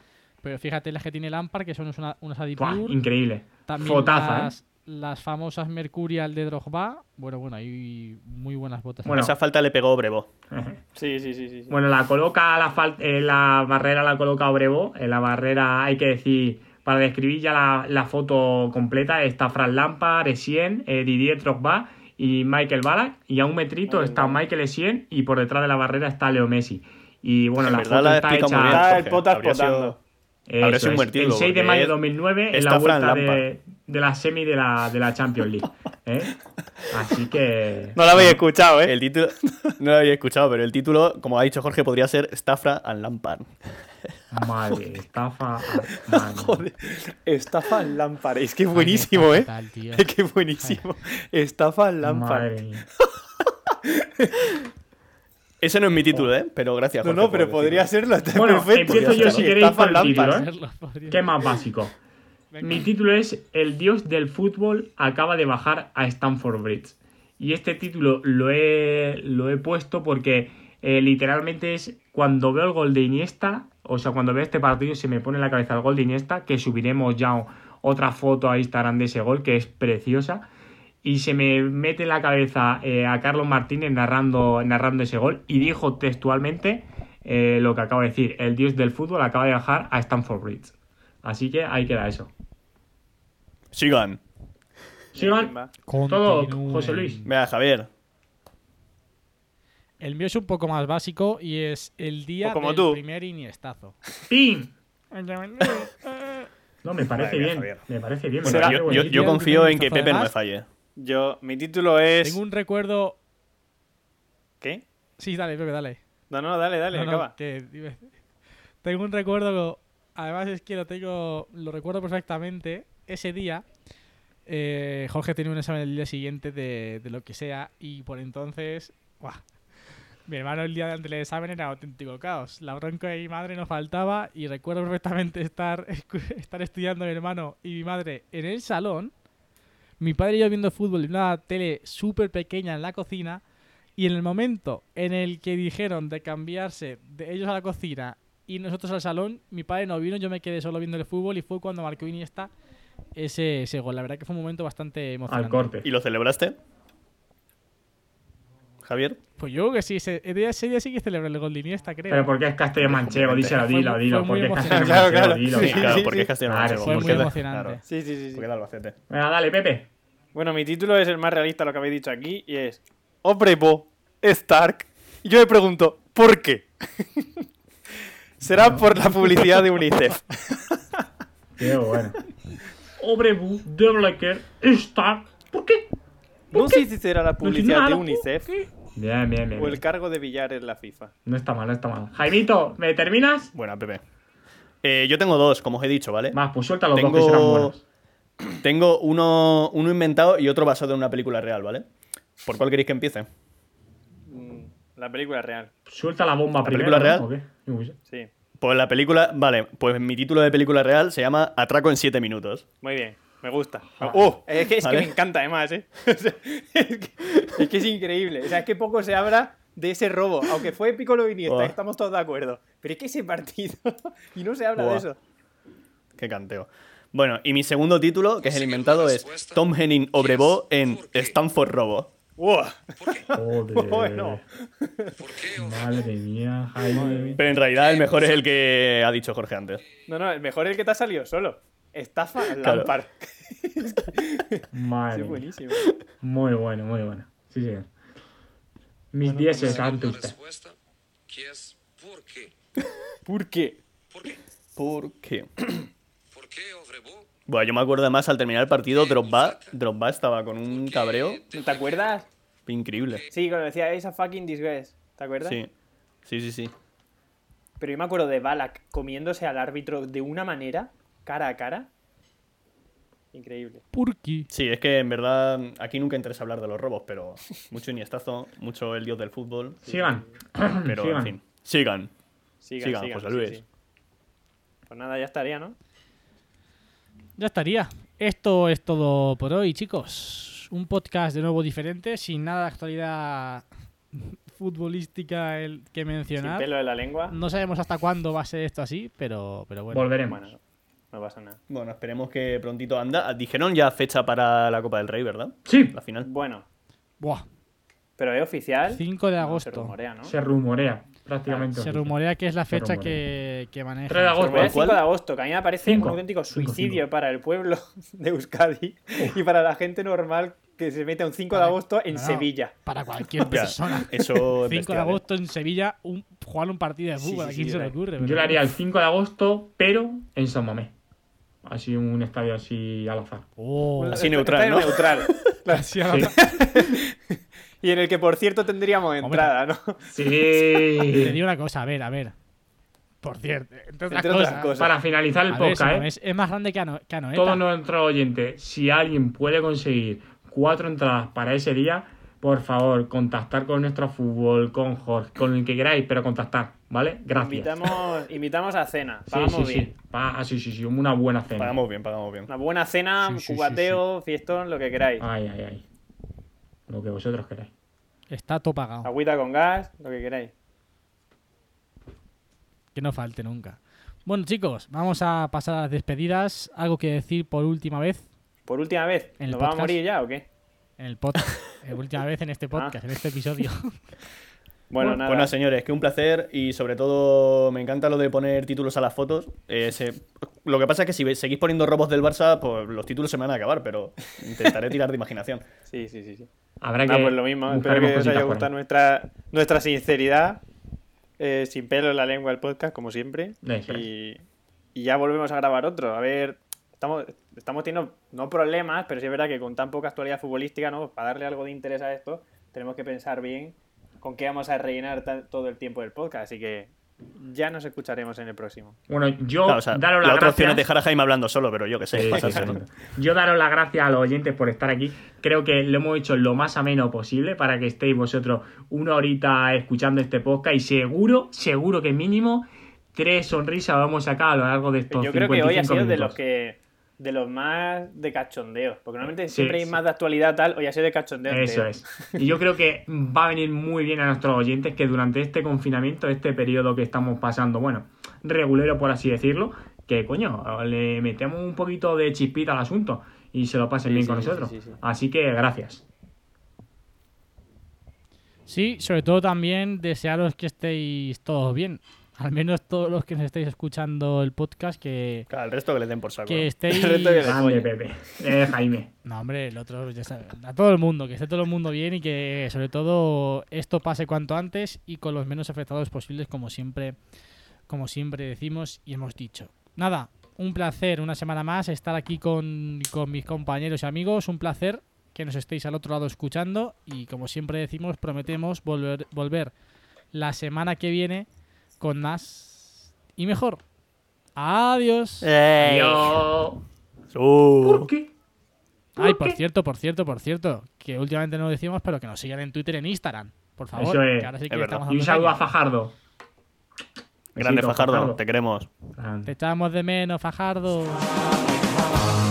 [SPEAKER 2] Pero fíjate las que tiene Lampard, que son unas, unas
[SPEAKER 3] Buah,
[SPEAKER 2] Adipur.
[SPEAKER 3] increíble.
[SPEAKER 2] También
[SPEAKER 3] Fotaza, ¿eh?
[SPEAKER 2] las, las famosas Mercurial de Drogba. Bueno, bueno, hay muy buenas botas.
[SPEAKER 3] Bueno.
[SPEAKER 4] Esa falta le pegó Brevo.
[SPEAKER 3] ¿eh? [laughs]
[SPEAKER 5] Sí, sí, sí, sí. sí.
[SPEAKER 3] Bueno, la coloca la, fal- eh, la barrera la coloca Obrevo. En la barrera hay que decir, para describir ya la, la foto completa, está Fran Lampard, Essien, eh, Didier Drogba y Michael Ballack. Y a un metrito está Michael Essien y por detrás de la barrera está Leo Messi. Y bueno,
[SPEAKER 4] En
[SPEAKER 3] la
[SPEAKER 4] verdad
[SPEAKER 3] foto
[SPEAKER 4] la
[SPEAKER 3] está
[SPEAKER 4] explica muy bien.
[SPEAKER 3] hecha
[SPEAKER 5] Está el
[SPEAKER 4] Jorge.
[SPEAKER 5] potas
[SPEAKER 4] Habría sido-
[SPEAKER 5] potando.
[SPEAKER 3] Eso
[SPEAKER 4] Habrá sido
[SPEAKER 3] es.
[SPEAKER 4] un buen título,
[SPEAKER 3] El 6 de
[SPEAKER 4] porque
[SPEAKER 3] mayo de
[SPEAKER 4] es-
[SPEAKER 3] 2009 en
[SPEAKER 4] está
[SPEAKER 3] la
[SPEAKER 4] Fran
[SPEAKER 3] vuelta
[SPEAKER 4] Lampard.
[SPEAKER 3] de, de la semi de la, de la Champions
[SPEAKER 4] [laughs]
[SPEAKER 3] League. ¿eh? Así que...
[SPEAKER 5] No lo habéis escuchado, ¿eh?
[SPEAKER 4] El título. No lo había escuchado, pero el título, como ha dicho Jorge, podría ser Stafra and
[SPEAKER 5] [laughs]
[SPEAKER 4] Lampard.
[SPEAKER 3] Madre,
[SPEAKER 4] [laughs]
[SPEAKER 3] estafa... madre.
[SPEAKER 5] Estafa al lámpara. Es que es buenísimo, ¿eh?
[SPEAKER 3] [laughs]
[SPEAKER 5] [laughs] Es que es buenísimo. Estafa al lámpara.
[SPEAKER 3] Madre mía.
[SPEAKER 4] Ese no es mi título, ¿eh? Pero gracias,
[SPEAKER 5] Oh. No,
[SPEAKER 4] Jorge.
[SPEAKER 5] no,
[SPEAKER 4] por
[SPEAKER 5] pero
[SPEAKER 4] decirlo.
[SPEAKER 5] podría serlo. Está
[SPEAKER 3] Bueno,
[SPEAKER 5] perfecto.
[SPEAKER 3] empiezo yo si queréis
[SPEAKER 5] Estafa
[SPEAKER 3] por
[SPEAKER 5] al
[SPEAKER 3] el título,
[SPEAKER 5] lámpara.
[SPEAKER 3] ¿eh? ¿Qué más básico?
[SPEAKER 2] Venga.
[SPEAKER 3] Mi título es El dios del fútbol acaba de bajar a Stanford Bridge. Y este título lo he, lo he puesto porque eh, literalmente es cuando veo el gol de Iniesta, o sea, cuando veo este partido se me pone en la cabeza el gol de Iniesta, que subiremos ya o- otra foto a Instagram de ese gol, que es preciosa. Y se me mete en la cabeza eh, a Carlos Martínez narrando, narrando ese gol y dijo textualmente eh, lo que acabo de decir, el dios del fútbol acaba de bajar a Stanford Bridge. Así que ahí queda eso.
[SPEAKER 4] Sigan.
[SPEAKER 3] Sigan. Todo, José Luis.
[SPEAKER 4] Mira, Javier.
[SPEAKER 2] El mío es un poco más básico y es el día
[SPEAKER 5] Pues como
[SPEAKER 2] del
[SPEAKER 5] tú. [laughs]
[SPEAKER 2] primer iniestazo.
[SPEAKER 3] ¡Pin! No, me parece
[SPEAKER 4] Madre mía,
[SPEAKER 3] bien.
[SPEAKER 4] Javier.
[SPEAKER 3] Me parece bien.
[SPEAKER 5] Será-
[SPEAKER 3] me parece
[SPEAKER 4] Yo, yo-
[SPEAKER 3] buenísimo.
[SPEAKER 4] yo confío en que
[SPEAKER 2] Además-
[SPEAKER 4] Pepe no me falle.
[SPEAKER 5] Yo, mi título es.
[SPEAKER 2] Tengo un recuerdo.
[SPEAKER 5] ¿Qué?
[SPEAKER 2] Sí, dale, Pepe, dale.
[SPEAKER 5] No, no, dale, dale,
[SPEAKER 2] No, no,
[SPEAKER 5] acaba.
[SPEAKER 2] que- dime. [laughs] tengo un recuerdo, además es que lo tengo, lo recuerdo perfectamente. Ese día, eh, Jorge tenía un examen el día siguiente de, de lo que sea, y por entonces, ¡buah! mi hermano el día de antes del examen era auténtico caos. La bronca de mi madre no faltaba, y recuerdo perfectamente estar, [laughs] estar estudiando mi hermano y mi madre en el salón. Mi padre y yo viendo fútbol en una tele súper pequeña en la cocina. Y en el momento en el que dijeron de cambiarse de ellos a la cocina y nosotros al salón, mi padre no vino, yo me quedé solo viendo el fútbol y fue cuando marcó Iniesta ese, ese gol. La verdad que fue un momento bastante emocionante.
[SPEAKER 3] Al corte.
[SPEAKER 4] ¿Y lo celebraste? Javier,
[SPEAKER 2] Pues yo creo que sí, ese, ese día, ese día sí que celebré el gol de Iniesta, creo.
[SPEAKER 3] Pero ¿por qué es Castillo Manchego? Díselo, dilo,
[SPEAKER 2] Fue muy-
[SPEAKER 3] dilo. ¿Por qué
[SPEAKER 2] fue muy
[SPEAKER 3] es Castillo
[SPEAKER 5] emocionante.
[SPEAKER 3] Manchego?
[SPEAKER 5] Claro,
[SPEAKER 3] Dilo.
[SPEAKER 5] claro.
[SPEAKER 4] Sí, claro,
[SPEAKER 5] sí,
[SPEAKER 4] porque es
[SPEAKER 5] sí.
[SPEAKER 4] castellano.
[SPEAKER 3] Claro,
[SPEAKER 4] manchego,
[SPEAKER 2] fue muy
[SPEAKER 4] porque es de-
[SPEAKER 2] emocionante.
[SPEAKER 4] claro,
[SPEAKER 5] Sí, sí, sí, sí.
[SPEAKER 4] porque es de Albacete.
[SPEAKER 3] Venga, dale, Pepe.
[SPEAKER 5] Bueno, mi título es el más realista, lo que habéis dicho aquí, y es Oprebo Stark. Y yo me pregunto, ¿por qué? [laughs] Será por la publicidad de
[SPEAKER 4] [laughs]
[SPEAKER 5] UNICEF.
[SPEAKER 3] Qué bueno. Obrebu, de Blacker, Stark. ¿Por qué?
[SPEAKER 5] No sé si será la publicidad de
[SPEAKER 3] nada,
[SPEAKER 5] UNICEF
[SPEAKER 3] Bien, bien, bien.
[SPEAKER 5] o el
[SPEAKER 3] bien.
[SPEAKER 5] cargo de billar en la FIFA.
[SPEAKER 3] No está mal, no está mal. Jaimito, ¿me terminas?
[SPEAKER 4] Buena, Pepe. Eh, yo tengo dos, como os he dicho, ¿vale?
[SPEAKER 3] Más, pues suelta los dos que
[SPEAKER 4] Tengo-
[SPEAKER 3] serán buenos.
[SPEAKER 4] Tengo uno, uno inventado y otro basado en una película real, ¿vale? ¿Por cuál queréis que empiece?
[SPEAKER 5] Mm, La película real,
[SPEAKER 3] Suelta la bomba
[SPEAKER 4] ¿La
[SPEAKER 3] primero.
[SPEAKER 4] película
[SPEAKER 3] ¿no? ¿O qué?
[SPEAKER 4] [laughs]
[SPEAKER 3] Uy,
[SPEAKER 5] sí.
[SPEAKER 4] Pues la película, vale, pues mi título de película real se llama Atraco en 7 minutos.
[SPEAKER 5] Muy bien, me gusta.
[SPEAKER 3] Vale.
[SPEAKER 5] Oh, es que, es que
[SPEAKER 4] Vale.
[SPEAKER 5] me encanta además, ¿eh? [laughs] O sea, es, que, es que es increíble. O sea, es que poco se habla de ese robo, aunque fue épico lo Iniesta,
[SPEAKER 4] Buah.
[SPEAKER 5] estamos todos de acuerdo. Pero es que ese partido, [laughs] y no se habla
[SPEAKER 4] Buah.
[SPEAKER 5] de eso.
[SPEAKER 4] Qué canteo. Bueno, y mi segundo título, que es el inventado, es Tom Henning Obrevó en Stanford Robo.
[SPEAKER 5] Buah.
[SPEAKER 3] Joder.
[SPEAKER 5] Bueno.
[SPEAKER 3] Madre mía, Jaime.
[SPEAKER 4] Pero en realidad el mejor es el que ha dicho Jorge antes.
[SPEAKER 5] No, no, el mejor es el que te ha salido solo. Estafa al
[SPEAKER 4] Claro.
[SPEAKER 5] Lampard.
[SPEAKER 3] Madre
[SPEAKER 5] Sí,
[SPEAKER 3] mía.
[SPEAKER 5] buenísimo.
[SPEAKER 3] Muy bueno, muy bueno. Sí, señor. Mis 10 se canta usted.
[SPEAKER 5] ¿Por qué?
[SPEAKER 4] ¿Por qué? Bueno, yo me acuerdo además al terminar el partido, Drogba, Drogba estaba con un cabreo
[SPEAKER 5] ¿No ¿Te acuerdas?
[SPEAKER 4] increíble.
[SPEAKER 5] Sí, cuando decía esa fucking disgrace. ¿Te acuerdas?
[SPEAKER 4] Sí, sí, sí, sí.
[SPEAKER 5] Pero yo me acuerdo de Balak comiéndose al árbitro de una manera, cara a cara. Increíble.
[SPEAKER 2] Purki.
[SPEAKER 4] Sí, es que en verdad aquí nunca interesa hablar de los robos, pero mucho Iniestazo, mucho el dios del fútbol,
[SPEAKER 3] Sigan. [clears throat]
[SPEAKER 4] pero
[SPEAKER 3] Sigan.
[SPEAKER 4] en fin. Sigan.
[SPEAKER 5] Sigan,
[SPEAKER 4] Sigan,
[SPEAKER 5] sigan,
[SPEAKER 4] José
[SPEAKER 5] sí,
[SPEAKER 4] Luis.
[SPEAKER 5] sí. Pues nada, ya estaría, ¿no?
[SPEAKER 2] Ya estaría. Esto es todo por hoy, chicos. Un podcast de nuevo diferente, sin nada de actualidad [laughs] futbolística el que
[SPEAKER 5] Sin
[SPEAKER 2] mencionar.
[SPEAKER 5] pelo de la lengua.
[SPEAKER 2] No sabemos hasta cuándo va a ser esto así, pero, pero bueno.
[SPEAKER 3] Volveremos.
[SPEAKER 5] Bueno, no pasa nada.
[SPEAKER 4] Bueno, esperemos que prontito anda. Ah, Dijeron ya fecha para la Copa del Rey, ¿verdad?
[SPEAKER 3] Sí,
[SPEAKER 4] La final.
[SPEAKER 5] Bueno,
[SPEAKER 2] Buah,
[SPEAKER 5] pero es oficial.
[SPEAKER 2] 5 de
[SPEAKER 5] No, se
[SPEAKER 2] agosto.
[SPEAKER 5] rumorea, ¿no?
[SPEAKER 3] se rumorea. Prácticamente.
[SPEAKER 2] Se
[SPEAKER 3] oficial.
[SPEAKER 2] rumorea que es la
[SPEAKER 3] Se
[SPEAKER 2] fecha
[SPEAKER 3] rumorea.
[SPEAKER 2] que, que maneja.
[SPEAKER 3] 3 de agosto.
[SPEAKER 5] Rumorea el
[SPEAKER 4] ¿Cuál?
[SPEAKER 5] 5 de agosto, que a mí me parece
[SPEAKER 3] Cinco.
[SPEAKER 5] un auténtico
[SPEAKER 3] Cinco,
[SPEAKER 5] suicidio
[SPEAKER 3] cinco.
[SPEAKER 5] para el pueblo [laughs] de Euskadi y para la gente normal que se mete un 5 de agosto en
[SPEAKER 2] No, no,
[SPEAKER 5] Sevilla.
[SPEAKER 2] Para cualquier
[SPEAKER 4] Ya, [laughs]
[SPEAKER 2] persona.
[SPEAKER 3] [laughs]
[SPEAKER 4] eso es
[SPEAKER 2] 5 de
[SPEAKER 4] bestial, ¿eh?
[SPEAKER 2] agosto en Sevilla, un, jugar un partido de
[SPEAKER 5] Sí,
[SPEAKER 2] fútbol.
[SPEAKER 5] sí,
[SPEAKER 2] ¿A
[SPEAKER 5] sí,
[SPEAKER 2] quién
[SPEAKER 5] yo
[SPEAKER 2] se le
[SPEAKER 5] la-
[SPEAKER 2] ocurre?
[SPEAKER 3] Yo
[SPEAKER 2] Pero
[SPEAKER 3] lo haría el 5 de agosto, pero en San Mamé. Así un estadio así al azar.
[SPEAKER 2] Oh, [laughs]
[SPEAKER 5] [laughs]
[SPEAKER 4] Así
[SPEAKER 5] Está-
[SPEAKER 4] neutral,
[SPEAKER 5] está
[SPEAKER 4] ¿no?
[SPEAKER 5] neutral. Claro.
[SPEAKER 2] así a la-
[SPEAKER 5] Y en el que, por cierto, tendríamos entrada, ¿no?
[SPEAKER 3] [laughs]
[SPEAKER 2] Te
[SPEAKER 3] Sí.
[SPEAKER 2] digo una cosa, a ver, a ver. Por cierto, entre otras
[SPEAKER 5] Entre
[SPEAKER 2] cosas.
[SPEAKER 5] otras cosas.
[SPEAKER 3] Para finalizar el
[SPEAKER 2] a ver,
[SPEAKER 3] podcast,
[SPEAKER 2] Samamés
[SPEAKER 3] ¿eh?
[SPEAKER 2] es, más grande que, Ano, que Anoeta.
[SPEAKER 3] Todos nuestros oyentes, si alguien puede conseguir cuatro entradas para ese día, por favor, contactar con nuestro fútbol, con Jorge, con el que queráis, pero contactar, ¿vale? Gracias.
[SPEAKER 5] Invitamos, invitamos a cena.
[SPEAKER 3] Sí,
[SPEAKER 5] Pagamos
[SPEAKER 3] sí,
[SPEAKER 5] bien.
[SPEAKER 3] sí. Pa- ah, sí, sí, sí, una buena cena.
[SPEAKER 4] Pagamos bien, pagamos bien.
[SPEAKER 5] Una buena cena,
[SPEAKER 2] Sí, sí, sí, Ah.
[SPEAKER 5] cubateo, fiestón, lo que queráis.
[SPEAKER 3] Ay, ay, ay. Lo que vosotros queráis.
[SPEAKER 2] Está todo pagado.
[SPEAKER 5] Agüita con gas, lo que queráis.
[SPEAKER 2] Que no falte nunca. Bueno, chicos, vamos a pasar a las despedidas. Algo que decir por última vez
[SPEAKER 5] Por última vez,
[SPEAKER 2] En el
[SPEAKER 5] ¿nos vamos a
[SPEAKER 2] podcast.
[SPEAKER 5] morir ya o qué?
[SPEAKER 2] en el podcast. [laughs] Eh, última vez en este podcast, en este episodio. [laughs]
[SPEAKER 5] Bueno, nada.
[SPEAKER 4] Pues nada, señores, que un placer y sobre todo me encanta lo de poner títulos a las fotos. Eh, se- Lo que pasa es que si ve- seguís
[SPEAKER 3] [laughs]
[SPEAKER 4] poniendo robos del Barça, pues los títulos se me van a acabar, pero intentaré tirar de imaginación.
[SPEAKER 5] Sí, sí, sí, sí.
[SPEAKER 3] Habrá que.
[SPEAKER 5] Ah, pues lo mismo. Espero
[SPEAKER 3] buscaremos
[SPEAKER 5] que os haya
[SPEAKER 3] cositas por
[SPEAKER 5] gustado
[SPEAKER 3] ahí.
[SPEAKER 5] nuestra, nuestra sinceridad, eh, sin pelo en la lengua el podcast, como siempre.
[SPEAKER 3] Eso
[SPEAKER 5] Y, y ya volvemos a grabar otro. A ver, estamos, estamos teniendo, no problemas, pero sí es verdad que con tan poca actualidad futbolística, ¿no? Para darle algo de interés a esto, tenemos que pensar bien con qué vamos a rellenar ta- todo el tiempo del podcast. Así que ya nos escucharemos en el próximo.
[SPEAKER 3] Bueno, yo
[SPEAKER 4] Claro, o sea,
[SPEAKER 3] daros
[SPEAKER 4] la
[SPEAKER 3] Oh, las
[SPEAKER 4] otra opción es
[SPEAKER 3] gracias.
[SPEAKER 4] dejar a Jaime hablando solo, pero yo qué sé.
[SPEAKER 3] Sí, sí,
[SPEAKER 4] [laughs] pasárselo.
[SPEAKER 3] exacto. Yo daros las gracias a los oyentes por estar aquí. Creo que lo hemos hecho lo más ameno posible para que estéis vosotros una horita escuchando este podcast y seguro, seguro que mínimo tres sonrisas vamos a sacar a lo largo de estos
[SPEAKER 5] Yo creo que hoy ha
[SPEAKER 3] 55
[SPEAKER 5] sido de
[SPEAKER 3] minutos.
[SPEAKER 5] los que de los más de cachondeo, porque normalmente
[SPEAKER 3] Sí,
[SPEAKER 5] siempre hay
[SPEAKER 3] sí.
[SPEAKER 5] más de actualidad tal, hoy ha sido de cachondeo.
[SPEAKER 3] Eso
[SPEAKER 5] entero.
[SPEAKER 3] es. Y yo creo que va a venir muy bien a nuestros oyentes que durante este confinamiento, este periodo que estamos pasando, bueno, regulero por así decirlo, que coño, le metemos un poquito de chispita al asunto y se lo pasen bien con nosotros. Así que gracias.
[SPEAKER 2] Sí, sobre todo también desearos que estéis todos bien. Al menos todos los que nos estáis escuchando el podcast, que,
[SPEAKER 4] Claro, el resto que le den por saco. [laughs]
[SPEAKER 2] que estéis.
[SPEAKER 3] Grande, Pepe. Eh, Jaime.
[SPEAKER 2] No, hombre, el otro, ya sabes, a todo el mundo, que esté todo el mundo bien y que sobre todo esto pase cuanto antes y con los menos afectados posibles, como siempre, como siempre decimos y hemos dicho. Nada, un placer una semana más estar aquí con, con mis compañeros y amigos, un placer que nos estéis al otro lado escuchando y como siempre decimos, prometemos volver, volver la semana que viene con más y mejor. Adiós.
[SPEAKER 3] Yo.
[SPEAKER 4] Uh.
[SPEAKER 3] ¿Por qué?
[SPEAKER 2] Ay,
[SPEAKER 3] ¿Por
[SPEAKER 2] por
[SPEAKER 3] qué?
[SPEAKER 2] cierto, por cierto, por cierto, que últimamente no lo decimos, pero que nos sigan en Twitter y en Instagram, por favor.
[SPEAKER 3] Eso es,
[SPEAKER 2] que ahora sí
[SPEAKER 4] es
[SPEAKER 2] que le
[SPEAKER 4] verdad.
[SPEAKER 2] estamos
[SPEAKER 3] Y un
[SPEAKER 2] dando
[SPEAKER 3] saludo a
[SPEAKER 2] caña.
[SPEAKER 3] Fajardo.
[SPEAKER 4] Grande
[SPEAKER 3] Besito,
[SPEAKER 4] Fajardo, te queremos.
[SPEAKER 3] Grande.
[SPEAKER 2] Te echamos de menos, Fajardo.
[SPEAKER 1] Coming home,